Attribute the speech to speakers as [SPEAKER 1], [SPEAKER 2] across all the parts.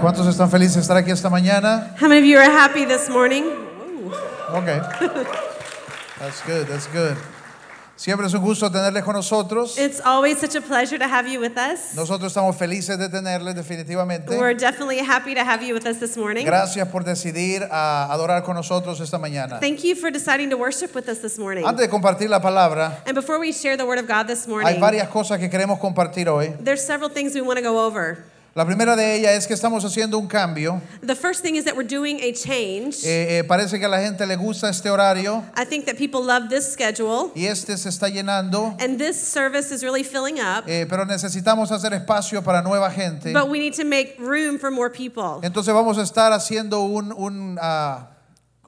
[SPEAKER 1] ¿Cuántos están felices de estar aquí esta mañana?
[SPEAKER 2] How many of you are happy this morning? Ooh.
[SPEAKER 1] Ok. That's good, that's good. Siempre es un gusto tenerles con nosotros.
[SPEAKER 2] It's always such a pleasure to have you with us.
[SPEAKER 1] Nosotros estamos felices de tenerles definitivamente.
[SPEAKER 2] We're definitely happy to have you with us this morning.
[SPEAKER 1] Gracias por decidir a adorar con nosotros esta mañana.
[SPEAKER 2] Thank you for deciding to worship with us this morning.
[SPEAKER 1] Antes de compartir la palabra,
[SPEAKER 2] And before we share the word of God this
[SPEAKER 1] hay
[SPEAKER 2] morning,
[SPEAKER 1] varias cosas que queremos compartir hoy.
[SPEAKER 2] there's several things we want to go over.
[SPEAKER 1] La primera de ellas es que estamos haciendo un cambio.
[SPEAKER 2] The first thing is that we're doing a change.
[SPEAKER 1] Eh, eh, parece que a la gente le gusta este horario
[SPEAKER 2] I think that people love this schedule,
[SPEAKER 1] y este se está llenando,
[SPEAKER 2] and this service is really filling up,
[SPEAKER 1] eh, pero necesitamos hacer espacio para nueva gente.
[SPEAKER 2] but we need to make room for more people.
[SPEAKER 1] Entonces vamos a estar haciendo un, un, ah,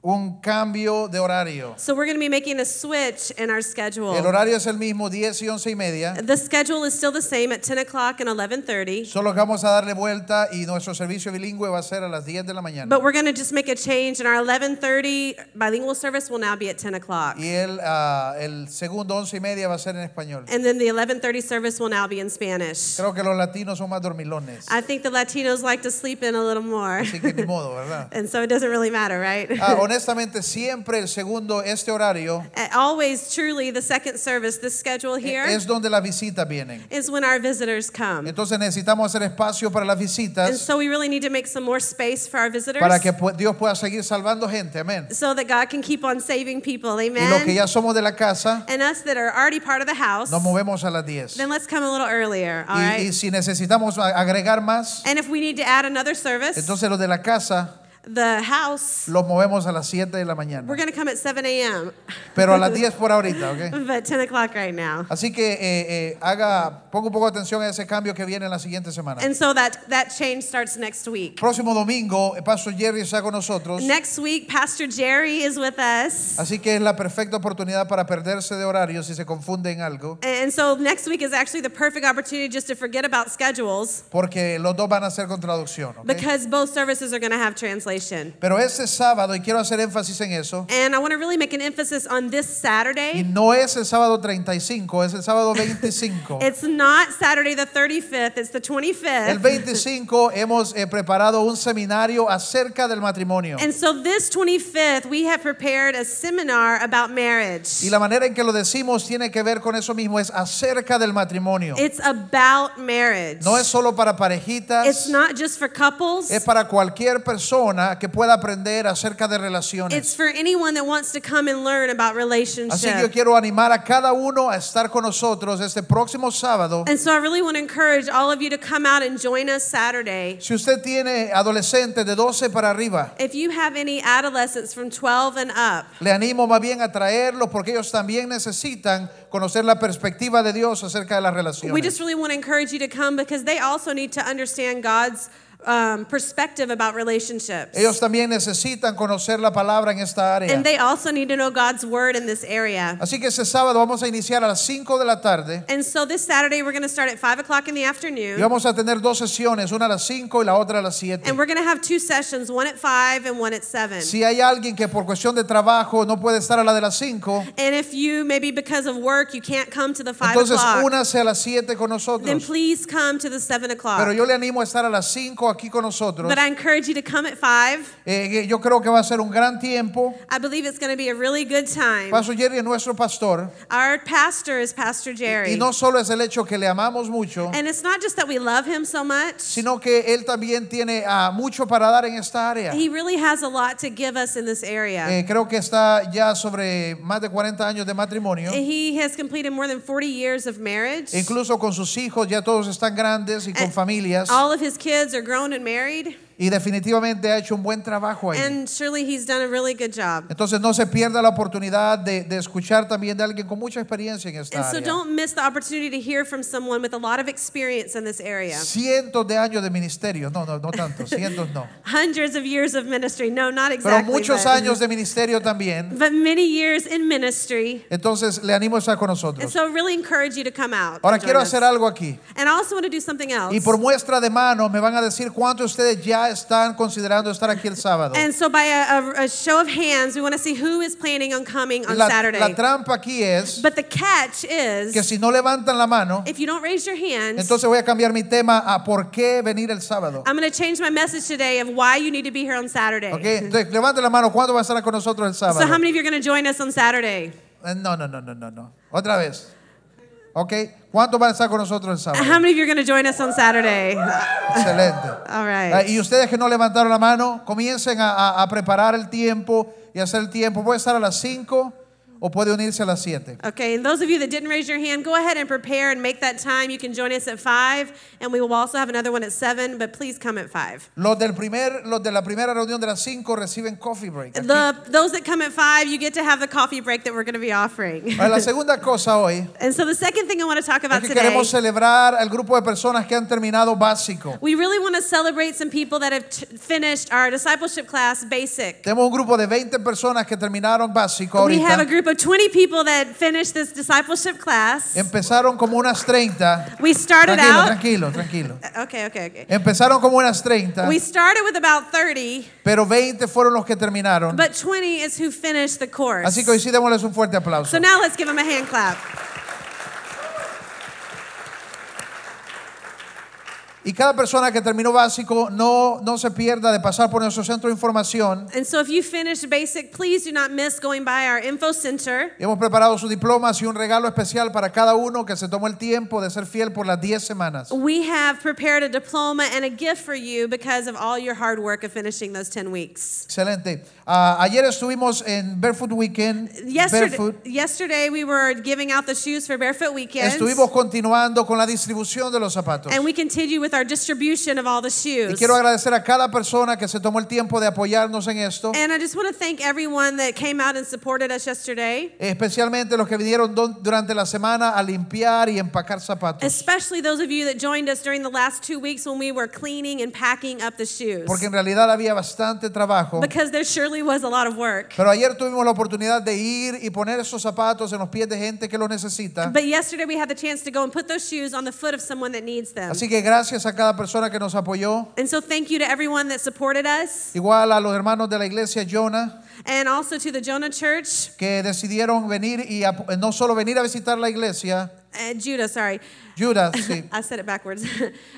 [SPEAKER 1] un cambio de horario.
[SPEAKER 2] So we're going to be making a switch in our schedule.
[SPEAKER 1] El horario es el mismo, 10 y 11 y media.
[SPEAKER 2] The schedule is still the same at 10 o'clock and 11:30,
[SPEAKER 1] Solo que vamos a darle vuelta y nuestro servicio bilingüe va a ser a las 10 de la mañana.
[SPEAKER 2] but we're going to just make a change, and our 11:30 bilingual service will now be at 10 o'clock,
[SPEAKER 1] Y el, ah, el segundo, 11 y media, va a ser en español.
[SPEAKER 2] and then the 11:30 service will now be in Spanish.
[SPEAKER 1] Creo que los latinos son más dormilones.
[SPEAKER 2] I think the Latinos like to sleep in a little more,
[SPEAKER 1] Así que ni modo, ¿verdad?
[SPEAKER 2] and so it doesn't really matter, right?
[SPEAKER 1] Ah, honestamente, siempre el segundo, este horario,
[SPEAKER 2] And Always, truly, the second service, this schedule here,
[SPEAKER 1] es donde las visitas vienen.
[SPEAKER 2] is when our visitors come,
[SPEAKER 1] Entonces necesitamos hacer espacio para las
[SPEAKER 2] and
[SPEAKER 1] visitas
[SPEAKER 2] so we really need to make some more space for our
[SPEAKER 1] para que
[SPEAKER 2] visitors,
[SPEAKER 1] pu- Dios pueda seguir salvando gente. Amén.
[SPEAKER 2] so that God can keep on saving people.
[SPEAKER 1] Y los que
[SPEAKER 2] Amen.
[SPEAKER 1] ya somos de la casa,
[SPEAKER 2] And us that are already part of the house.
[SPEAKER 1] nos movemos a las 10.
[SPEAKER 2] Then let's come a little earlier, all
[SPEAKER 1] Y-
[SPEAKER 2] right?
[SPEAKER 1] y, si necesitamos a- agregar más,
[SPEAKER 2] and if we need to add another service,
[SPEAKER 1] entonces los de la casa
[SPEAKER 2] the house,
[SPEAKER 1] los movemos a las 7 de la mañana.
[SPEAKER 2] we're going to come at 7 a.m.,
[SPEAKER 1] Pero a las 10 por ahorita, ¿ok?
[SPEAKER 2] but 10 o'clock right now.
[SPEAKER 1] Así que eh, eh, haga, ponga un poco de atención a ese cambio que viene en la siguiente semana.
[SPEAKER 2] And so that, that change starts next week.
[SPEAKER 1] Próximo domingo, eh, Pastor Jerry está con nosotros.
[SPEAKER 2] Next week, Pastor Jerry is with us.
[SPEAKER 1] Así que es la perfecta oportunidad para perderse de horario si se confunde en algo.
[SPEAKER 2] And so next week is actually the perfect opportunity just to forget about schedules
[SPEAKER 1] Porque los dos van a ser con traducción. ¿ok?
[SPEAKER 2] because both services are going to have translation.
[SPEAKER 1] Pero este sábado, y quiero hacer énfasis en eso,
[SPEAKER 2] And I want to really make an emphasis on this
[SPEAKER 1] y
[SPEAKER 2] Saturday.
[SPEAKER 1] no es el sábado 35, es el sábado 25.
[SPEAKER 2] It's not Saturday the 35th, it's the 25th.
[SPEAKER 1] El 25 hemos eh, preparado un seminario acerca del matrimonio.
[SPEAKER 2] And so this 25th, we have prepared a seminar about marriage.
[SPEAKER 1] Y la manera en que lo decimos tiene que ver con eso mismo, es acerca del matrimonio.
[SPEAKER 2] It's about marriage.
[SPEAKER 1] No es solo para parejitas,
[SPEAKER 2] it's not just for couples.
[SPEAKER 1] es para cualquier persona que pueda aprender acerca de
[SPEAKER 2] It's
[SPEAKER 1] relaciones.
[SPEAKER 2] for anyone that wants to come and learn about
[SPEAKER 1] Así que yo
[SPEAKER 2] relationships.
[SPEAKER 1] quiero animar a cada uno a estar con nosotros este próximo sábado.
[SPEAKER 2] And so I really want to encourage all of you to come out and join us Saturday.
[SPEAKER 1] Si usted tiene adolescentes de 12 para arriba,
[SPEAKER 2] If you have any adolescents from 12 and up,
[SPEAKER 1] le animo más bien a traerlos porque ellos también necesitan conocer la perspectiva de Dios acerca de las
[SPEAKER 2] we
[SPEAKER 1] relaciones.
[SPEAKER 2] just really want to encourage you to come because they also need to understand God's um, perspective about relationships.
[SPEAKER 1] Ellos también necesitan conocer la palabra en esta área.
[SPEAKER 2] And they also need to know God's word in this area.
[SPEAKER 1] Así que este sábado vamos a iniciar a las 5 de la tarde
[SPEAKER 2] And so this Saturday, we're going to start at 5 o'clock in the
[SPEAKER 1] y
[SPEAKER 2] afternoon.
[SPEAKER 1] vamos a tener dos sesiones, una a las 5 y la otra a las 7.
[SPEAKER 2] And we're going to have two sessions, one at 5 and one at 7.
[SPEAKER 1] Si hay alguien que por cuestión de trabajo no puede estar a la de las 5,
[SPEAKER 2] And if you, maybe because of work, you can't come to the 5
[SPEAKER 1] entonces
[SPEAKER 2] o'clock,
[SPEAKER 1] únase a las 7 con
[SPEAKER 2] then
[SPEAKER 1] nosotros.
[SPEAKER 2] please come to the 7
[SPEAKER 1] Pero
[SPEAKER 2] o'clock.
[SPEAKER 1] yo le animo a estar a las 5 aquí con nosotros.
[SPEAKER 2] But I encourage you to come at 5.
[SPEAKER 1] Eh, eh, yo creo que va a ser un gran tiempo.
[SPEAKER 2] I believe it's going to be a really good time.
[SPEAKER 1] Pastor Jerry es nuestro pastor.
[SPEAKER 2] Our pastor is Pastor
[SPEAKER 1] Y
[SPEAKER 2] Jerry.
[SPEAKER 1] no solo es el hecho que le amamos mucho,
[SPEAKER 2] And it's not just that we love him so much,
[SPEAKER 1] sino que él también tiene ah, mucho para dar en esta área.
[SPEAKER 2] he really has a lot to give us in this area.
[SPEAKER 1] Eh, creo que está ya sobre más de 40 años de matrimonio.
[SPEAKER 2] He has completed more than 40 years of marriage.
[SPEAKER 1] Incluso con sus hijos, ya todos están grandes y con
[SPEAKER 2] Eh,
[SPEAKER 1] familias.
[SPEAKER 2] All of his kids are grown and married.
[SPEAKER 1] Y definitivamente ha hecho un buen trabajo ahí.
[SPEAKER 2] And surely he's done a really good job.
[SPEAKER 1] Entonces no se pierda la oportunidad de, de escuchar también de alguien con mucha experiencia en
[SPEAKER 2] And
[SPEAKER 1] esta
[SPEAKER 2] so
[SPEAKER 1] área.
[SPEAKER 2] don't miss the opportunity to hear from someone with a lot of experience in this area.
[SPEAKER 1] Cientos de años de ministerio. No, no, no tanto. Cientos no.
[SPEAKER 2] Hundreds of years of ministry. No, not
[SPEAKER 1] Pero
[SPEAKER 2] exactly.
[SPEAKER 1] muchos
[SPEAKER 2] but,
[SPEAKER 1] años de ministerio también.
[SPEAKER 2] but many years in ministry.
[SPEAKER 1] Entonces le animo a estar con
[SPEAKER 2] And
[SPEAKER 1] nosotros.
[SPEAKER 2] so really encourage you to come out.
[SPEAKER 1] Ahora
[SPEAKER 2] and join
[SPEAKER 1] quiero
[SPEAKER 2] us.
[SPEAKER 1] hacer algo aquí.
[SPEAKER 2] And I also want to do something else.
[SPEAKER 1] Y por muestra de mano me van a decir cuántos de ustedes ya ya están considerando estar aquí el sábado.
[SPEAKER 2] And so, by a, a, a show of hands, we want to see who is planning on coming on
[SPEAKER 1] La,
[SPEAKER 2] Saturday.
[SPEAKER 1] la trampa aquí es
[SPEAKER 2] but the catch
[SPEAKER 1] que
[SPEAKER 2] is
[SPEAKER 1] si no levantan la mano,
[SPEAKER 2] if you don't raise your hands,
[SPEAKER 1] entonces voy a cambiar mi tema a por qué venir el sábado.
[SPEAKER 2] I'm going to change my message today of why you need to be here on Saturday.
[SPEAKER 1] ¿Ok? Entonces, levanten la mano, ¿cuándo va a estar con nosotros el sábado?
[SPEAKER 2] So, how many of you are going to join us on Saturday?
[SPEAKER 1] Eh, No, no, no, no, no, no. Otra vez. ¿Ok? ¿Cuánto van a estar con nosotros el sábado?
[SPEAKER 2] How many of you are going to join us on Saturday?
[SPEAKER 1] Excelente.
[SPEAKER 2] All
[SPEAKER 1] Ah,
[SPEAKER 2] right.
[SPEAKER 1] Y ustedes que no levantaron la mano, comiencen a, a- a preparar el tiempo y hacer el tiempo. Puede estar a las 5 o puede unirse a las 7.
[SPEAKER 2] Okay, and those of you that didn't raise your hand, go ahead and prepare and make that time. You can join us at 5, and we will also have another one at 7, but please come at 5.
[SPEAKER 1] Los, del primer, los de la primera reunión de las 5 reciben coffee break. aquí.
[SPEAKER 2] The, those that come at 5, you get to have the coffee break that we're going to be offering.
[SPEAKER 1] Ah, La segunda cosa hoy
[SPEAKER 2] and so the second thing I want to talk
[SPEAKER 1] es
[SPEAKER 2] about
[SPEAKER 1] que
[SPEAKER 2] today,
[SPEAKER 1] queremos celebrar al grupo de personas que han terminado básico.
[SPEAKER 2] we really want to celebrate some people that have t- finished our discipleship class basic.
[SPEAKER 1] Tenemos un grupo de 20 personas que terminaron básico
[SPEAKER 2] We have a
[SPEAKER 1] ahorita.
[SPEAKER 2] group of 20 people that finished this discipleship class.
[SPEAKER 1] Empezaron como unas 30.
[SPEAKER 2] We started
[SPEAKER 1] Tranquilo, tranquilo,
[SPEAKER 2] out.
[SPEAKER 1] tranquilo.
[SPEAKER 2] Okay, okay, okay.
[SPEAKER 1] Empezaron como unas 30,
[SPEAKER 2] We started with about 30,
[SPEAKER 1] pero 20 fueron los que terminaron.
[SPEAKER 2] but 20 is who finished the course.
[SPEAKER 1] Así que hoy sí démosles un fuerte aplauso.
[SPEAKER 2] So now let's give them a hand clap.
[SPEAKER 1] Y cada persona que terminó básico no, no se pierda de pasar por nuestro centro de información.
[SPEAKER 2] And so if you finished basic, please do not miss going by our info center.
[SPEAKER 1] Hemos preparado sus diplomas y un regalo especial para cada uno que se tomó el tiempo de ser fiel por las 10 semanas.
[SPEAKER 2] We have prepared a diploma and a gift for you because of all your hard work of finishing those 10 weeks.
[SPEAKER 1] Excelente. Ah, ayer estuvimos en Barefoot Weekend.
[SPEAKER 2] Yesterday,
[SPEAKER 1] Barefoot.
[SPEAKER 2] yesterday we were giving out the shoes for Barefoot Weekends.
[SPEAKER 1] Estuvimos continuando con la distribución de los zapatos.
[SPEAKER 2] And we continue with our distribution of all the
[SPEAKER 1] Y
[SPEAKER 2] shoes.
[SPEAKER 1] quiero agradecer a cada persona que se tomó el tiempo de apoyarnos en esto,
[SPEAKER 2] And I just want to thank everyone that came out and supported us yesterday.
[SPEAKER 1] especialmente los que vinieron don- durante la semana a limpiar y empacar zapatos.
[SPEAKER 2] Especially those of you that joined us during the last two weeks when we were cleaning and packing up the shoes.
[SPEAKER 1] Porque en realidad había bastante trabajo.
[SPEAKER 2] Because there surely was a lot of work.
[SPEAKER 1] Pero ayer tuvimos la oportunidad de ir y poner esos zapatos en los pies de gente que los necesita.
[SPEAKER 2] But yesterday we had the chance to go and put those shoes on the foot of someone that needs them.
[SPEAKER 1] Así que gracias a cada persona que nos apoyó.
[SPEAKER 2] And so thank you to everyone that supported us
[SPEAKER 1] Igual a los hermanos de la iglesia Jonah
[SPEAKER 2] and also to the Jonah Church,
[SPEAKER 1] que decidieron venir y ap- eh, no solo venir a visitar la iglesia,
[SPEAKER 2] uh, Judah, sorry.
[SPEAKER 1] Judas, sí,
[SPEAKER 2] I said it backwards.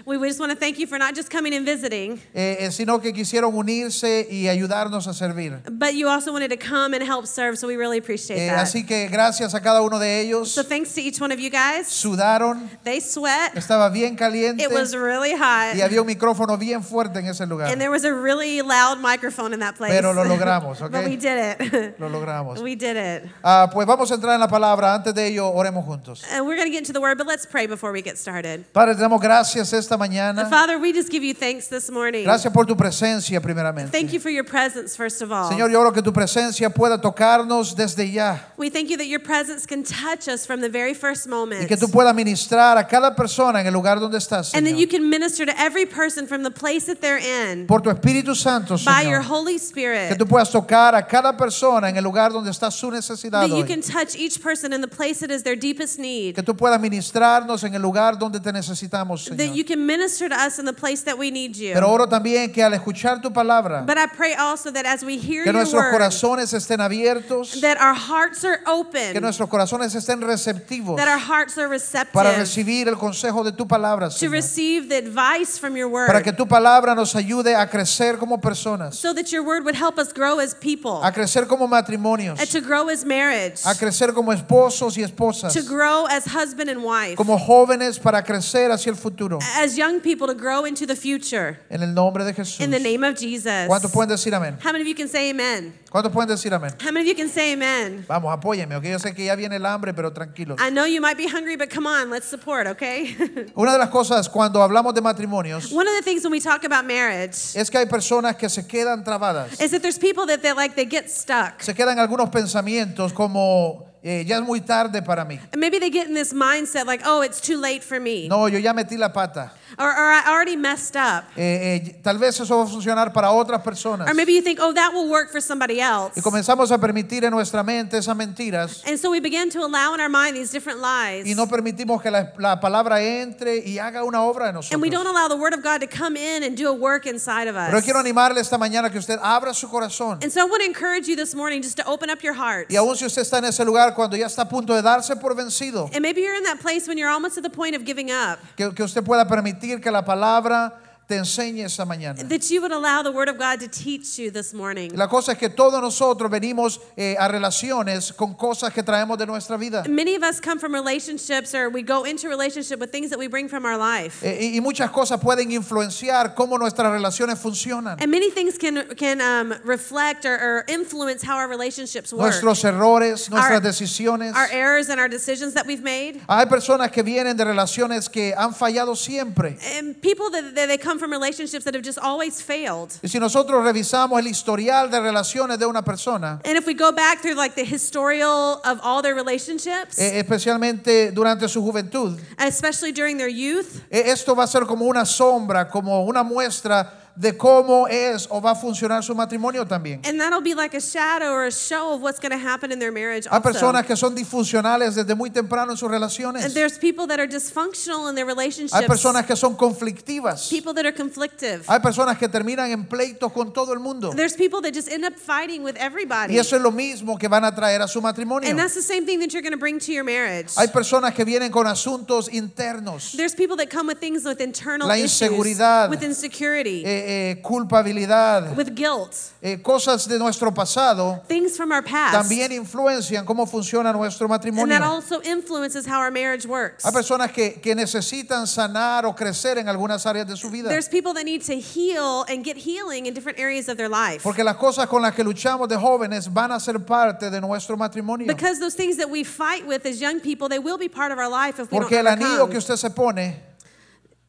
[SPEAKER 2] we, we just want to thank you for not just coming and visiting,
[SPEAKER 1] eh, eh, sino que quisieron unirse y ayudarnos a servir.
[SPEAKER 2] but you also wanted to come and help serve, so we really appreciate
[SPEAKER 1] Eh,
[SPEAKER 2] that.
[SPEAKER 1] así que gracias a cada uno de ellos.
[SPEAKER 2] So thanks to each one of you guys.
[SPEAKER 1] Sudaron,
[SPEAKER 2] They sweat.
[SPEAKER 1] estaba bien caliente
[SPEAKER 2] It was really hot.
[SPEAKER 1] y había un micrófono bien fuerte en ese lugar.
[SPEAKER 2] And there was a really loud microphone in that place.
[SPEAKER 1] Pero lo logramos,
[SPEAKER 2] But
[SPEAKER 1] okay?
[SPEAKER 2] we did it.
[SPEAKER 1] Lo logramos.
[SPEAKER 2] we did it.
[SPEAKER 1] Ah, pues vamos a entrar en la palabra. Antes de ello, oremos juntos.
[SPEAKER 2] And we're going to get into the word, but let's pray before we get started.
[SPEAKER 1] Padre, te damos gracias esta
[SPEAKER 2] And
[SPEAKER 1] mañana.
[SPEAKER 2] Father, we just give you thanks this morning.
[SPEAKER 1] Gracias por tu presencia, primeramente.
[SPEAKER 2] Thank you for your presence, first of all.
[SPEAKER 1] Señor, yo oro que tu presencia pueda tocarnos desde ya
[SPEAKER 2] we thank you that your presence can touch us from the very first
[SPEAKER 1] y
[SPEAKER 2] moment.
[SPEAKER 1] que tú puedas ministrar a cada persona en el lugar donde estás,
[SPEAKER 2] and then you
[SPEAKER 1] Señor.
[SPEAKER 2] can minister to every person from the place that they're in
[SPEAKER 1] Por tu Espíritu Santo,
[SPEAKER 2] by your
[SPEAKER 1] Señor,
[SPEAKER 2] Holy
[SPEAKER 1] que
[SPEAKER 2] Spirit.
[SPEAKER 1] tú puedas tocar a cada persona en el lugar donde está su
[SPEAKER 2] That
[SPEAKER 1] necesidad
[SPEAKER 2] you
[SPEAKER 1] hoy.
[SPEAKER 2] can touch each person in the place that is their deepest need.
[SPEAKER 1] Que tú puedas ministrarnos en el lugar donde te necesitamos,
[SPEAKER 2] That
[SPEAKER 1] Señor.
[SPEAKER 2] you can minister to us in the place that we need you.
[SPEAKER 1] Pero oro también que al escuchar tu palabra,
[SPEAKER 2] But I pray also that as we hear
[SPEAKER 1] que
[SPEAKER 2] your
[SPEAKER 1] nuestros
[SPEAKER 2] word,
[SPEAKER 1] corazones estén abiertos,
[SPEAKER 2] that our hearts are open,
[SPEAKER 1] que nuestros corazones estén receptivos
[SPEAKER 2] that our hearts are receptive
[SPEAKER 1] para recibir el consejo de tu palabra,
[SPEAKER 2] to
[SPEAKER 1] Señor.
[SPEAKER 2] receive the advice from your word,
[SPEAKER 1] Para que tu palabra nos ayude a crecer como personas.
[SPEAKER 2] so that your word would help us grow as people,
[SPEAKER 1] a crecer como matrimonios,
[SPEAKER 2] and to grow as marriage,
[SPEAKER 1] a crecer como esposos y esposas,
[SPEAKER 2] to grow as husband and wife,
[SPEAKER 1] como jóvenes para crecer hacia el futuro.
[SPEAKER 2] as young people to grow into the future.
[SPEAKER 1] En el nombre de Jesús.
[SPEAKER 2] In the name of Jesus.
[SPEAKER 1] ¿Cuántos pueden decir amén?
[SPEAKER 2] How many of you can say amen?
[SPEAKER 1] ¿Cuántos pueden decir amén?
[SPEAKER 2] How many of you can say amen?
[SPEAKER 1] Vamos, apóyeme, ok. Yo sé que ya viene el hambre, pero tranquilo.
[SPEAKER 2] I know you might be hungry, but come on, let's support, okay?
[SPEAKER 1] Una de las cosas cuando hablamos de matrimonios
[SPEAKER 2] One of the things when we talk about marriage,
[SPEAKER 1] es que hay personas que se quedan trabadas,
[SPEAKER 2] is that there's people that they like they get stuck
[SPEAKER 1] se quedan algunos pensamientos como eh, ya es muy tarde para mí.
[SPEAKER 2] And maybe they get in this mindset like, oh, it's too late for me.
[SPEAKER 1] No, yo ya metí la pata.
[SPEAKER 2] Or, or I already messed up.
[SPEAKER 1] Eh, eh, tal vez eso va a funcionar para otras personas.
[SPEAKER 2] Or maybe you think, oh, that will work for somebody else.
[SPEAKER 1] Y comenzamos a permitir en nuestra mente esas mentiras
[SPEAKER 2] And so we begin to allow in our mind these different lies.
[SPEAKER 1] y no permitimos que la, la palabra entre y haga una obra en
[SPEAKER 2] and we don't
[SPEAKER 1] nosotros.
[SPEAKER 2] allow the Word of God to come in and do a work inside of us.
[SPEAKER 1] Pero quiero animarle esta mañana que usted abra su corazón.
[SPEAKER 2] and so I want to encourage you this morning just to open up your heart.
[SPEAKER 1] Y aun si usted está en ese lugar cuando ya está a punto de darse por vencido,
[SPEAKER 2] and maybe you're in that place when you're almost at the point of giving up,
[SPEAKER 1] que, que usted pueda permitir que la palabra te enseñe esta mañana.
[SPEAKER 2] that you would allow the Word of God to teach you this morning.
[SPEAKER 1] La cosa es que todos nosotros venimos eh, a relaciones con cosas que traemos de nuestra vida.
[SPEAKER 2] Many of us come from relationships or we go into relationship with things that we bring from our life.
[SPEAKER 1] Eh, y, y muchas cosas pueden influenciar cómo nuestras relaciones funcionan.
[SPEAKER 2] And many things can can um, reflect or, or influence how our relationships work.
[SPEAKER 1] Nuestros errores, nuestras
[SPEAKER 2] Our-
[SPEAKER 1] decisiones.
[SPEAKER 2] our er errors and our decisions that we've made.
[SPEAKER 1] Hay personas que vienen de relaciones que han fallado siempre.
[SPEAKER 2] And people that, that they come from relationships that have just always failed.
[SPEAKER 1] Y si nosotros revisamos el historial de relaciones de una persona, eh,
[SPEAKER 2] And if we go back through like the historial of all their relationships,
[SPEAKER 1] eh, especialmente durante su juventud,
[SPEAKER 2] especially during their youth,
[SPEAKER 1] eh, esto va a ser como una sombra, como una muestra de cómo es o va a funcionar su matrimonio también.
[SPEAKER 2] and that'll be like a shadow or a show of what's going to happen in their marriage.
[SPEAKER 1] Hay
[SPEAKER 2] Also.
[SPEAKER 1] personas que son disfuncionales desde muy temprano en sus
[SPEAKER 2] And
[SPEAKER 1] relaciones.
[SPEAKER 2] there's people that are dysfunctional in their relationships.
[SPEAKER 1] Hay personas que son conflictivas.
[SPEAKER 2] people that are conflictive.
[SPEAKER 1] Hay personas que terminan en pleitos con todo el mundo.
[SPEAKER 2] there's people that just end up fighting with everybody.
[SPEAKER 1] Y eso es lo mismo que van a traer a su matrimonio.
[SPEAKER 2] and that's the same thing that you're going to bring to your marriage.
[SPEAKER 1] Hay personas que vienen con asuntos internos,
[SPEAKER 2] There's people that come with things with internal
[SPEAKER 1] La inseguridad.
[SPEAKER 2] issues, with insecurity,
[SPEAKER 1] eh, eh, culpabilidad,
[SPEAKER 2] with guilt,
[SPEAKER 1] eh, cosas de nuestro pasado
[SPEAKER 2] things from our past.
[SPEAKER 1] también influencian cómo funciona nuestro
[SPEAKER 2] and that
[SPEAKER 1] matrimonio.
[SPEAKER 2] also influences how our marriage works.
[SPEAKER 1] Hay personas que, que necesitan sanar o crecer en algunas áreas de su vida.
[SPEAKER 2] There's people that need to heal and get healing in different areas of their life.
[SPEAKER 1] Porque las cosas con las que luchamos de jóvenes van a ser parte de nuestro matrimonio.
[SPEAKER 2] because those things that we fight with as young people, they will be part of our life if we
[SPEAKER 1] Porque el
[SPEAKER 2] don't
[SPEAKER 1] anillo
[SPEAKER 2] overcome.
[SPEAKER 1] que usted se pone,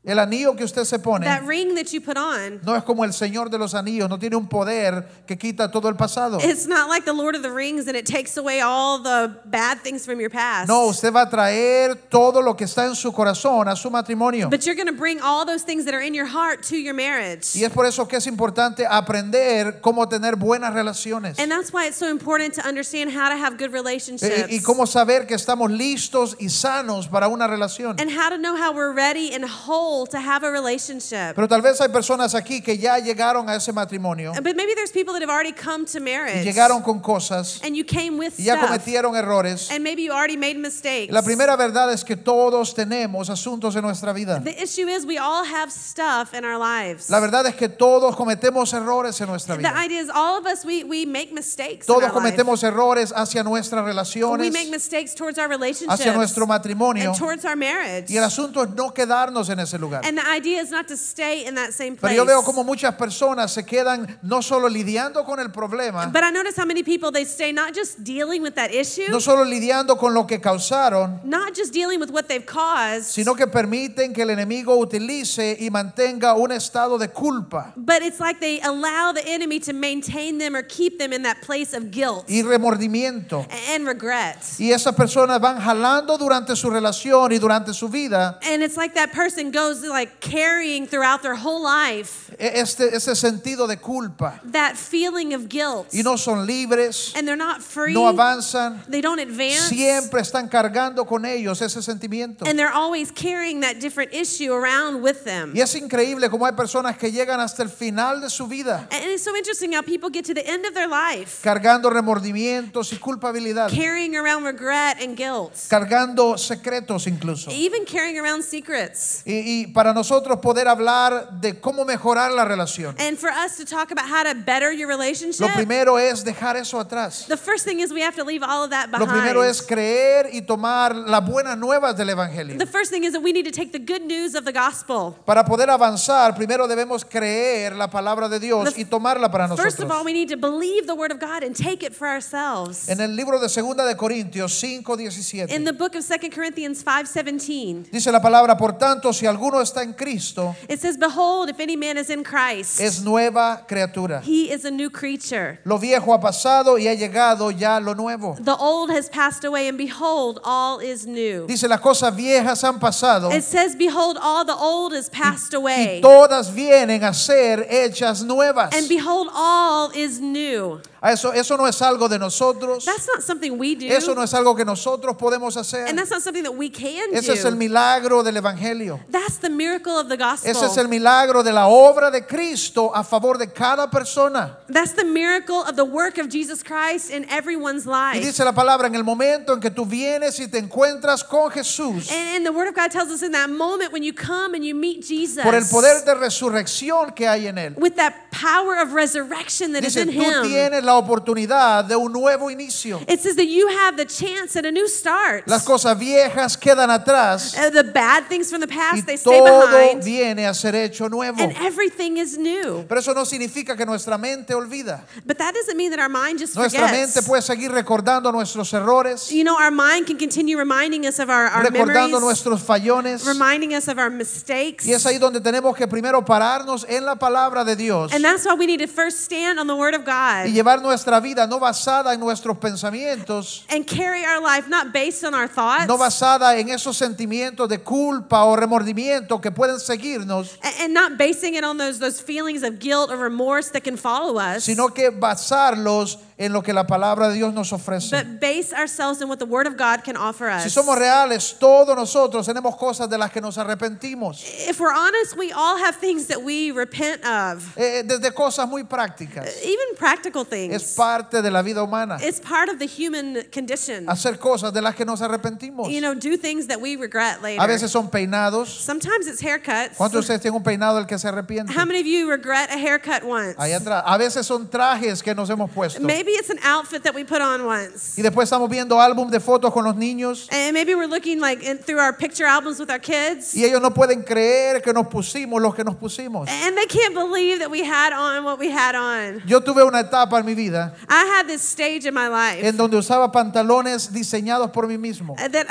[SPEAKER 1] el anillo que usted se
[SPEAKER 2] That
[SPEAKER 1] pone,
[SPEAKER 2] ring that you put on,
[SPEAKER 1] no es como el Señor de los Anillos, no tiene un poder que quita todo el pasado.
[SPEAKER 2] it's not like the Lord of the Rings and it takes away all the bad things from your past.
[SPEAKER 1] No, usted va a traer todo lo que está en su corazón a su matrimonio.
[SPEAKER 2] But you're going to bring all those things that are in your heart to your marriage.
[SPEAKER 1] Y es por eso que es importante aprender cómo tener buenas relaciones
[SPEAKER 2] And that's why it's so important to understand how to have good
[SPEAKER 1] Eh,
[SPEAKER 2] relationships.
[SPEAKER 1] y, cómo saber que estamos listos y sanos para una relación.
[SPEAKER 2] and how to know how we're ready and whole to have a relationship.
[SPEAKER 1] Pero tal vez hay personas aquí que ya llegaron a ese matrimonio
[SPEAKER 2] Uh, But maybe there's people that have already come to
[SPEAKER 1] y
[SPEAKER 2] marriage.
[SPEAKER 1] llegaron con cosas
[SPEAKER 2] and you came with
[SPEAKER 1] y ya
[SPEAKER 2] stuff.
[SPEAKER 1] cometieron errores.
[SPEAKER 2] And maybe you already made mistakes.
[SPEAKER 1] La primera verdad es que todos tenemos asuntos en nuestra vida.
[SPEAKER 2] the issue is we all have stuff in our lives.
[SPEAKER 1] La verdad es que todos cometemos errores en nuestra
[SPEAKER 2] the
[SPEAKER 1] vida.
[SPEAKER 2] idea is all of us, we, we make mistakes. in
[SPEAKER 1] Todos
[SPEAKER 2] our life.
[SPEAKER 1] cometemos errores hacia nuestras
[SPEAKER 2] We
[SPEAKER 1] relaciones,
[SPEAKER 2] make mistakes towards our relationships.
[SPEAKER 1] hacia nuestro matrimonio.
[SPEAKER 2] and towards our marriage.
[SPEAKER 1] Y el asunto es no quedarnos en ese lugar.
[SPEAKER 2] and the idea is not to stay in that same
[SPEAKER 1] Pero
[SPEAKER 2] place.
[SPEAKER 1] yo veo como muchas personas se quedan no solo lidiando con el problema,
[SPEAKER 2] But I notice how many people they stay not just dealing with that issue,
[SPEAKER 1] no solo lidiando con lo que causaron,
[SPEAKER 2] not just dealing with what they've caused,
[SPEAKER 1] sino que permiten que el enemigo utilice y mantenga un estado de culpa
[SPEAKER 2] but it's like they allow the enemy to maintain them or keep them in that place of guilt
[SPEAKER 1] y remordimiento.
[SPEAKER 2] and regret.
[SPEAKER 1] Y esas personas van jalando durante su relación y durante su vida
[SPEAKER 2] And it's like that person goes like carrying throughout their whole life
[SPEAKER 1] e- este, ese sentido de culpa.
[SPEAKER 2] that feeling of guilt.
[SPEAKER 1] Y no son libres,
[SPEAKER 2] and they're not free.
[SPEAKER 1] no avanzan,
[SPEAKER 2] they don't advance.
[SPEAKER 1] siempre están cargando con ellos ese sentimiento.
[SPEAKER 2] And they're always carrying that different issue around with them.
[SPEAKER 1] Y es increíble cómo hay personas que llegan hasta el final de su vida
[SPEAKER 2] And it's so interesting how people get to the end of their life
[SPEAKER 1] cargando remordimientos y culpabilidad,
[SPEAKER 2] carrying around regret and guilt.
[SPEAKER 1] cargando secretos incluso. Y,
[SPEAKER 2] even carrying around secrets
[SPEAKER 1] y para nosotros poder hablar de cómo mejorar la relación,
[SPEAKER 2] and for us to talk about how to better your relationship
[SPEAKER 1] lo primero es dejar eso atrás.
[SPEAKER 2] the first thing is we have to leave all of that
[SPEAKER 1] Lo
[SPEAKER 2] behind
[SPEAKER 1] primero es creer y tomar las buenas nuevas del Evangelio.
[SPEAKER 2] the first thing is that we need to take the good news of the gospel
[SPEAKER 1] Para poder avanzar, primero debemos creer la palabra de Dios
[SPEAKER 2] The-
[SPEAKER 1] y tomarla para
[SPEAKER 2] first of
[SPEAKER 1] nosotros.
[SPEAKER 2] all we need to believe the word of god and take it for ourselves
[SPEAKER 1] En el libro de Segunda de Corintios
[SPEAKER 2] in
[SPEAKER 1] 5:17
[SPEAKER 2] the book of 2 corinthians 5.17
[SPEAKER 1] dice la palabra, por tanto, si alguno alguno está en Cristo,
[SPEAKER 2] It says, Behold, if any man is in Christ,
[SPEAKER 1] es nueva criatura.
[SPEAKER 2] he is a new creature.
[SPEAKER 1] Lo viejo ha pasado y ha llegado ya lo nuevo.
[SPEAKER 2] The old has passed away, and behold, all is new.
[SPEAKER 1] Dice las cosas viejas han pasado
[SPEAKER 2] It says, Behold, all the old is passed
[SPEAKER 1] y
[SPEAKER 2] away,
[SPEAKER 1] todas vienen a ser hechas nuevas.
[SPEAKER 2] and behold, all is new.
[SPEAKER 1] A Eso, eso no es algo de nosotros.
[SPEAKER 2] That's not something we do,
[SPEAKER 1] Eso no es algo que nosotros podemos hacer.
[SPEAKER 2] and that's not something that we can
[SPEAKER 1] Ese es el
[SPEAKER 2] do.
[SPEAKER 1] milagro del Evangelio.
[SPEAKER 2] That's the miracle of the
[SPEAKER 1] Ese es el
[SPEAKER 2] gospel.
[SPEAKER 1] milagro de la obra de Cristo a favor de cada persona.
[SPEAKER 2] That's the miracle of the work of Jesus Christ in everyone's
[SPEAKER 1] Y
[SPEAKER 2] life.
[SPEAKER 1] dice la palabra, en el momento en que tú vienes y te encuentras con Jesús,
[SPEAKER 2] And, and the Word of God tells us in that moment when you come and you meet Jesus,
[SPEAKER 1] por el poder de resurrección que hay en él,
[SPEAKER 2] with that power of resurrection that is
[SPEAKER 1] dice,
[SPEAKER 2] in
[SPEAKER 1] tú
[SPEAKER 2] Him,
[SPEAKER 1] tienes la oportunidad de un nuevo inicio.
[SPEAKER 2] it says that you have the chance at a new start.
[SPEAKER 1] Las cosas viejas quedan atrás
[SPEAKER 2] Uh, the bad things from the
[SPEAKER 1] y
[SPEAKER 2] past, they stay
[SPEAKER 1] todo
[SPEAKER 2] behind,
[SPEAKER 1] viene a ser hecho nuevo.
[SPEAKER 2] and everything is new.
[SPEAKER 1] Pero eso no significa que nuestra mente olvida.
[SPEAKER 2] But that doesn't mean that our mind just
[SPEAKER 1] Nuestra mente
[SPEAKER 2] forgets.
[SPEAKER 1] puede seguir recordando nuestros errores,
[SPEAKER 2] You know, our mind can continue reminding us of our, our
[SPEAKER 1] recordando
[SPEAKER 2] memories,
[SPEAKER 1] nuestros fallones.
[SPEAKER 2] reminding us of our mistakes.
[SPEAKER 1] Y es ahí donde tenemos que primero pararnos en la palabra de Dios
[SPEAKER 2] And that's why we need to first stand on the Word of
[SPEAKER 1] y
[SPEAKER 2] God
[SPEAKER 1] llevar nuestra vida no basada en nuestros pensamientos,
[SPEAKER 2] and carry our life not based on our thoughts.
[SPEAKER 1] no basada en esos sentimientos de culpa o remordimiento que pueden seguirnos,
[SPEAKER 2] a- and not basing it on those those feelings of guilt or remorse that can follow us
[SPEAKER 1] sino que basarlos en lo que la palabra de Dios nos ofrece.
[SPEAKER 2] but base ourselves in what the word of God can offer us
[SPEAKER 1] Si somos reales, todos nosotros tenemos cosas de las que nos arrepentimos, Eh,
[SPEAKER 2] if we're honest we all have things that we repent of
[SPEAKER 1] eh, desde cosas muy prácticas.
[SPEAKER 2] even practical
[SPEAKER 1] Es
[SPEAKER 2] things
[SPEAKER 1] parte de la vida humana
[SPEAKER 2] it's part of the human condition
[SPEAKER 1] hacer cosas de las que nos arrepentimos.
[SPEAKER 2] you know do things that we regret later
[SPEAKER 1] A veces son peinados.
[SPEAKER 2] sometimes it's haircuts
[SPEAKER 1] ¿Cuántos de ustedes tienen un peinado del que se arrepiente?
[SPEAKER 2] how many of you regret a haircut once
[SPEAKER 1] Ahí atrás. A veces son trajes que nos hemos puesto.
[SPEAKER 2] maybe it's an outfit that we put on once
[SPEAKER 1] Y después estamos viendo álbum de fotos con los niños
[SPEAKER 2] and maybe we're looking like in, through our picture albums with our kids
[SPEAKER 1] y ellos no pueden creer que nos pusimos los que nos pusimos.
[SPEAKER 2] And they can't believe that we had on what we had on.
[SPEAKER 1] Yo tuve una etapa en mi vida
[SPEAKER 2] I had this stage in my life
[SPEAKER 1] en donde usaba pantalones diseñados por mí mismo.
[SPEAKER 2] that,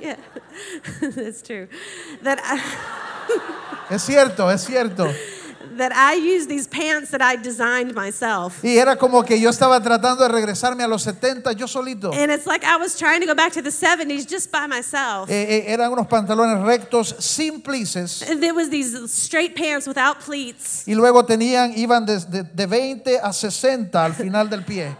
[SPEAKER 2] yeah, that's true. That I,
[SPEAKER 1] Es cierto, es cierto.
[SPEAKER 2] that I used these pants that I designed myself.
[SPEAKER 1] Y era como que yo estaba tratando de regresarme a los 70 yo solito. Eh,
[SPEAKER 2] And it's like I was trying to go back to the 70s just by myself.
[SPEAKER 1] eh, eran unos pantalones rectos, simplices.
[SPEAKER 2] And there was these straight pants without pleats.
[SPEAKER 1] Y luego tenían, iban desde de 20 a 60 al final del pie.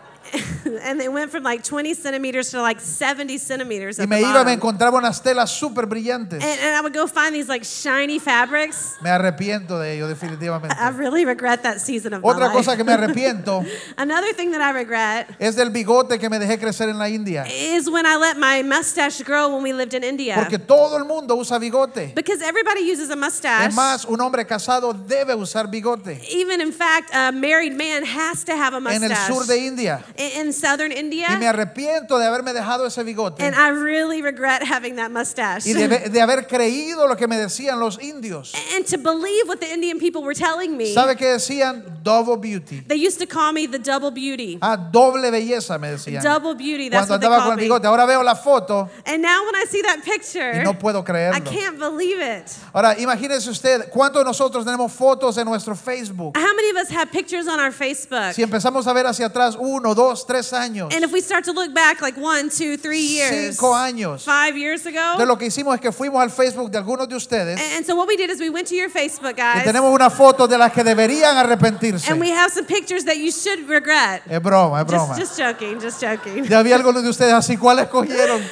[SPEAKER 2] and they went from like 20 centimeters to like 70 centimeters
[SPEAKER 1] Y
[SPEAKER 2] at
[SPEAKER 1] me
[SPEAKER 2] the
[SPEAKER 1] iba, me
[SPEAKER 2] bottom.
[SPEAKER 1] encontraba unas telas súper brillantes.
[SPEAKER 2] And, and I would go find these like shiny fabrics.
[SPEAKER 1] Me arrepiento de ello, definitivamente.
[SPEAKER 2] I really regret that season of my
[SPEAKER 1] Otra
[SPEAKER 2] life.
[SPEAKER 1] cosa que me arrepiento
[SPEAKER 2] Another thing that I regret
[SPEAKER 1] es del bigote que me dejé crecer en la India.
[SPEAKER 2] is when I let my mustache grow when we lived in India.
[SPEAKER 1] Porque todo el mundo usa bigote.
[SPEAKER 2] because everybody uses a mustache.
[SPEAKER 1] Es más, un hombre casado debe usar bigote.
[SPEAKER 2] Even in fact, a married man has to have a
[SPEAKER 1] En el
[SPEAKER 2] mustache.
[SPEAKER 1] sur de India.
[SPEAKER 2] in, in southern India.
[SPEAKER 1] Y me arrepiento de haberme dejado ese bigote.
[SPEAKER 2] and I really regret having that mustache.
[SPEAKER 1] Y de, de haber creído lo que me decían los indios.
[SPEAKER 2] and to believe what the Indian people were telling me.
[SPEAKER 1] ¿Sabe qué decían? Double beauty.
[SPEAKER 2] They used to call me the double beauty.
[SPEAKER 1] Ah, doble belleza me decían.
[SPEAKER 2] Double beauty, that's
[SPEAKER 1] Cuando
[SPEAKER 2] what they
[SPEAKER 1] andaba con
[SPEAKER 2] called
[SPEAKER 1] el
[SPEAKER 2] me.
[SPEAKER 1] bigote. Ahora veo la foto
[SPEAKER 2] And now when I see that
[SPEAKER 1] y
[SPEAKER 2] picture,
[SPEAKER 1] no puedo
[SPEAKER 2] I
[SPEAKER 1] creerlo.
[SPEAKER 2] can't believe it.
[SPEAKER 1] Ahora, imagínese usted, ¿cuántos de nosotros tenemos fotos en nuestro Facebook?
[SPEAKER 2] How many of us have pictures on our Facebook?
[SPEAKER 1] Si empezamos a ver hacia atrás, uno, dos, tres años,
[SPEAKER 2] And if we start to look back like one, two, three years,
[SPEAKER 1] cinco años,
[SPEAKER 2] five years ago,
[SPEAKER 1] entonces lo que hicimos es que fuimos al Facebook de algunos de ustedes
[SPEAKER 2] And, and so what we did is we went to your Facebook,
[SPEAKER 1] y
[SPEAKER 2] guys,
[SPEAKER 1] tenemos unas fotos de las que deberían arrepentirse.
[SPEAKER 2] and we have some pictures that you should regret.
[SPEAKER 1] Es broma, es broma.
[SPEAKER 2] Just, just joking, just joking.
[SPEAKER 1] Ya había algunos de ustedes así, ¿cuáles cogieron?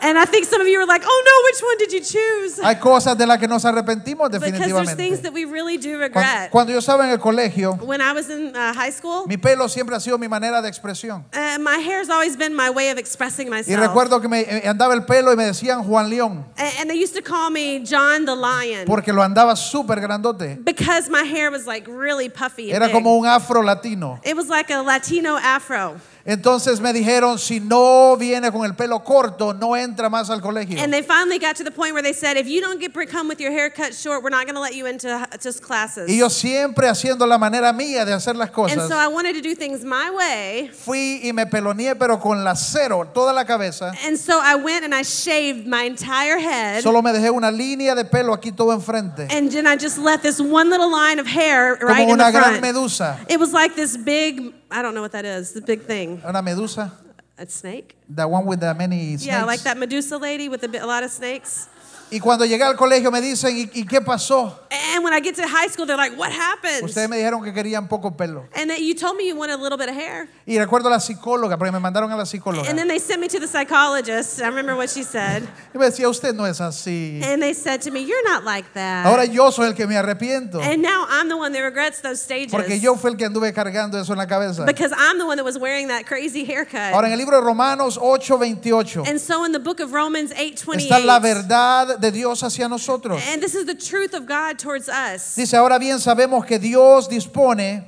[SPEAKER 2] And I think some of you were like, "Oh no, which one did you choose?"
[SPEAKER 1] Hay cosas de las que nos arrepentimos
[SPEAKER 2] Because there's things
[SPEAKER 1] Ah, definitivamente.
[SPEAKER 2] that we really do
[SPEAKER 1] Cuan-
[SPEAKER 2] regret.
[SPEAKER 1] Cuando yo estaba en el colegio,
[SPEAKER 2] When I was in uh, high school,
[SPEAKER 1] mi pelo siempre ha sido mi manera de expresión.
[SPEAKER 2] uh, my hair's always been my way of expressing
[SPEAKER 1] Y
[SPEAKER 2] myself.
[SPEAKER 1] recuerdo que me eh, andaba el pelo y me decían Juan León,
[SPEAKER 2] A- and they used to call me John the Lion
[SPEAKER 1] porque lo andaba súper grandote.
[SPEAKER 2] because my hair was like really puffy. and
[SPEAKER 1] Era
[SPEAKER 2] big.
[SPEAKER 1] como un afro latino.
[SPEAKER 2] It was like a Latino afro.
[SPEAKER 1] Entonces me dijeron, si no viene con el pelo corto, no entra más al colegio.
[SPEAKER 2] And they finally got to the point where they said, if you don't get come with your hair cut short, we're not going to let you into uh, just classes.
[SPEAKER 1] Y yo siempre haciendo la manera mía de hacer las
[SPEAKER 2] and so
[SPEAKER 1] cosas,
[SPEAKER 2] I wanted to do things my way.
[SPEAKER 1] fui y me peloneé, pero con la cero, toda la cabeza.
[SPEAKER 2] And so I went and I shaved my entire head.
[SPEAKER 1] Solo me dejé una línea de pelo aquí todo enfrente,
[SPEAKER 2] and then I just left this one little line of hair right
[SPEAKER 1] como
[SPEAKER 2] in the
[SPEAKER 1] una gran
[SPEAKER 2] front.
[SPEAKER 1] medusa.
[SPEAKER 2] It was like this big, I don't know what that is, the big thing.
[SPEAKER 1] Una medusa,
[SPEAKER 2] A snake?
[SPEAKER 1] the one with the many
[SPEAKER 2] Yeah, like
[SPEAKER 1] snakes.
[SPEAKER 2] that Medusa lady with a, bit, a lot of snakes.
[SPEAKER 1] Y cuando llegué al colegio me dicen, ¿y, y qué pasó?
[SPEAKER 2] And when I get to high school, they're like, what happened?
[SPEAKER 1] Ustedes me dijeron que querían poco pelo.
[SPEAKER 2] And that you told me you wanted a little bit of hair.
[SPEAKER 1] Y recuerdo a la psicóloga, porque me mandaron a la psicóloga.
[SPEAKER 2] And then they sent me to the psychologist. I remember what she said.
[SPEAKER 1] Y me decía, usted no es así.
[SPEAKER 2] And they said to me, You're not like that.
[SPEAKER 1] Ahora yo soy el que me arrepiento.
[SPEAKER 2] and now I'm the one that regrets those stages.
[SPEAKER 1] Porque yo fui el que anduve cargando eso en la cabeza.
[SPEAKER 2] because I'm the one that was wearing that crazy haircut.
[SPEAKER 1] Ahora en el libro de Romanos 8:28
[SPEAKER 2] and so in the book of Romans 8
[SPEAKER 1] está la verdad de Dios hacia nosotros.
[SPEAKER 2] and this is the truth of God towards us.
[SPEAKER 1] Dice, ahora bien sabemos que Dios dispone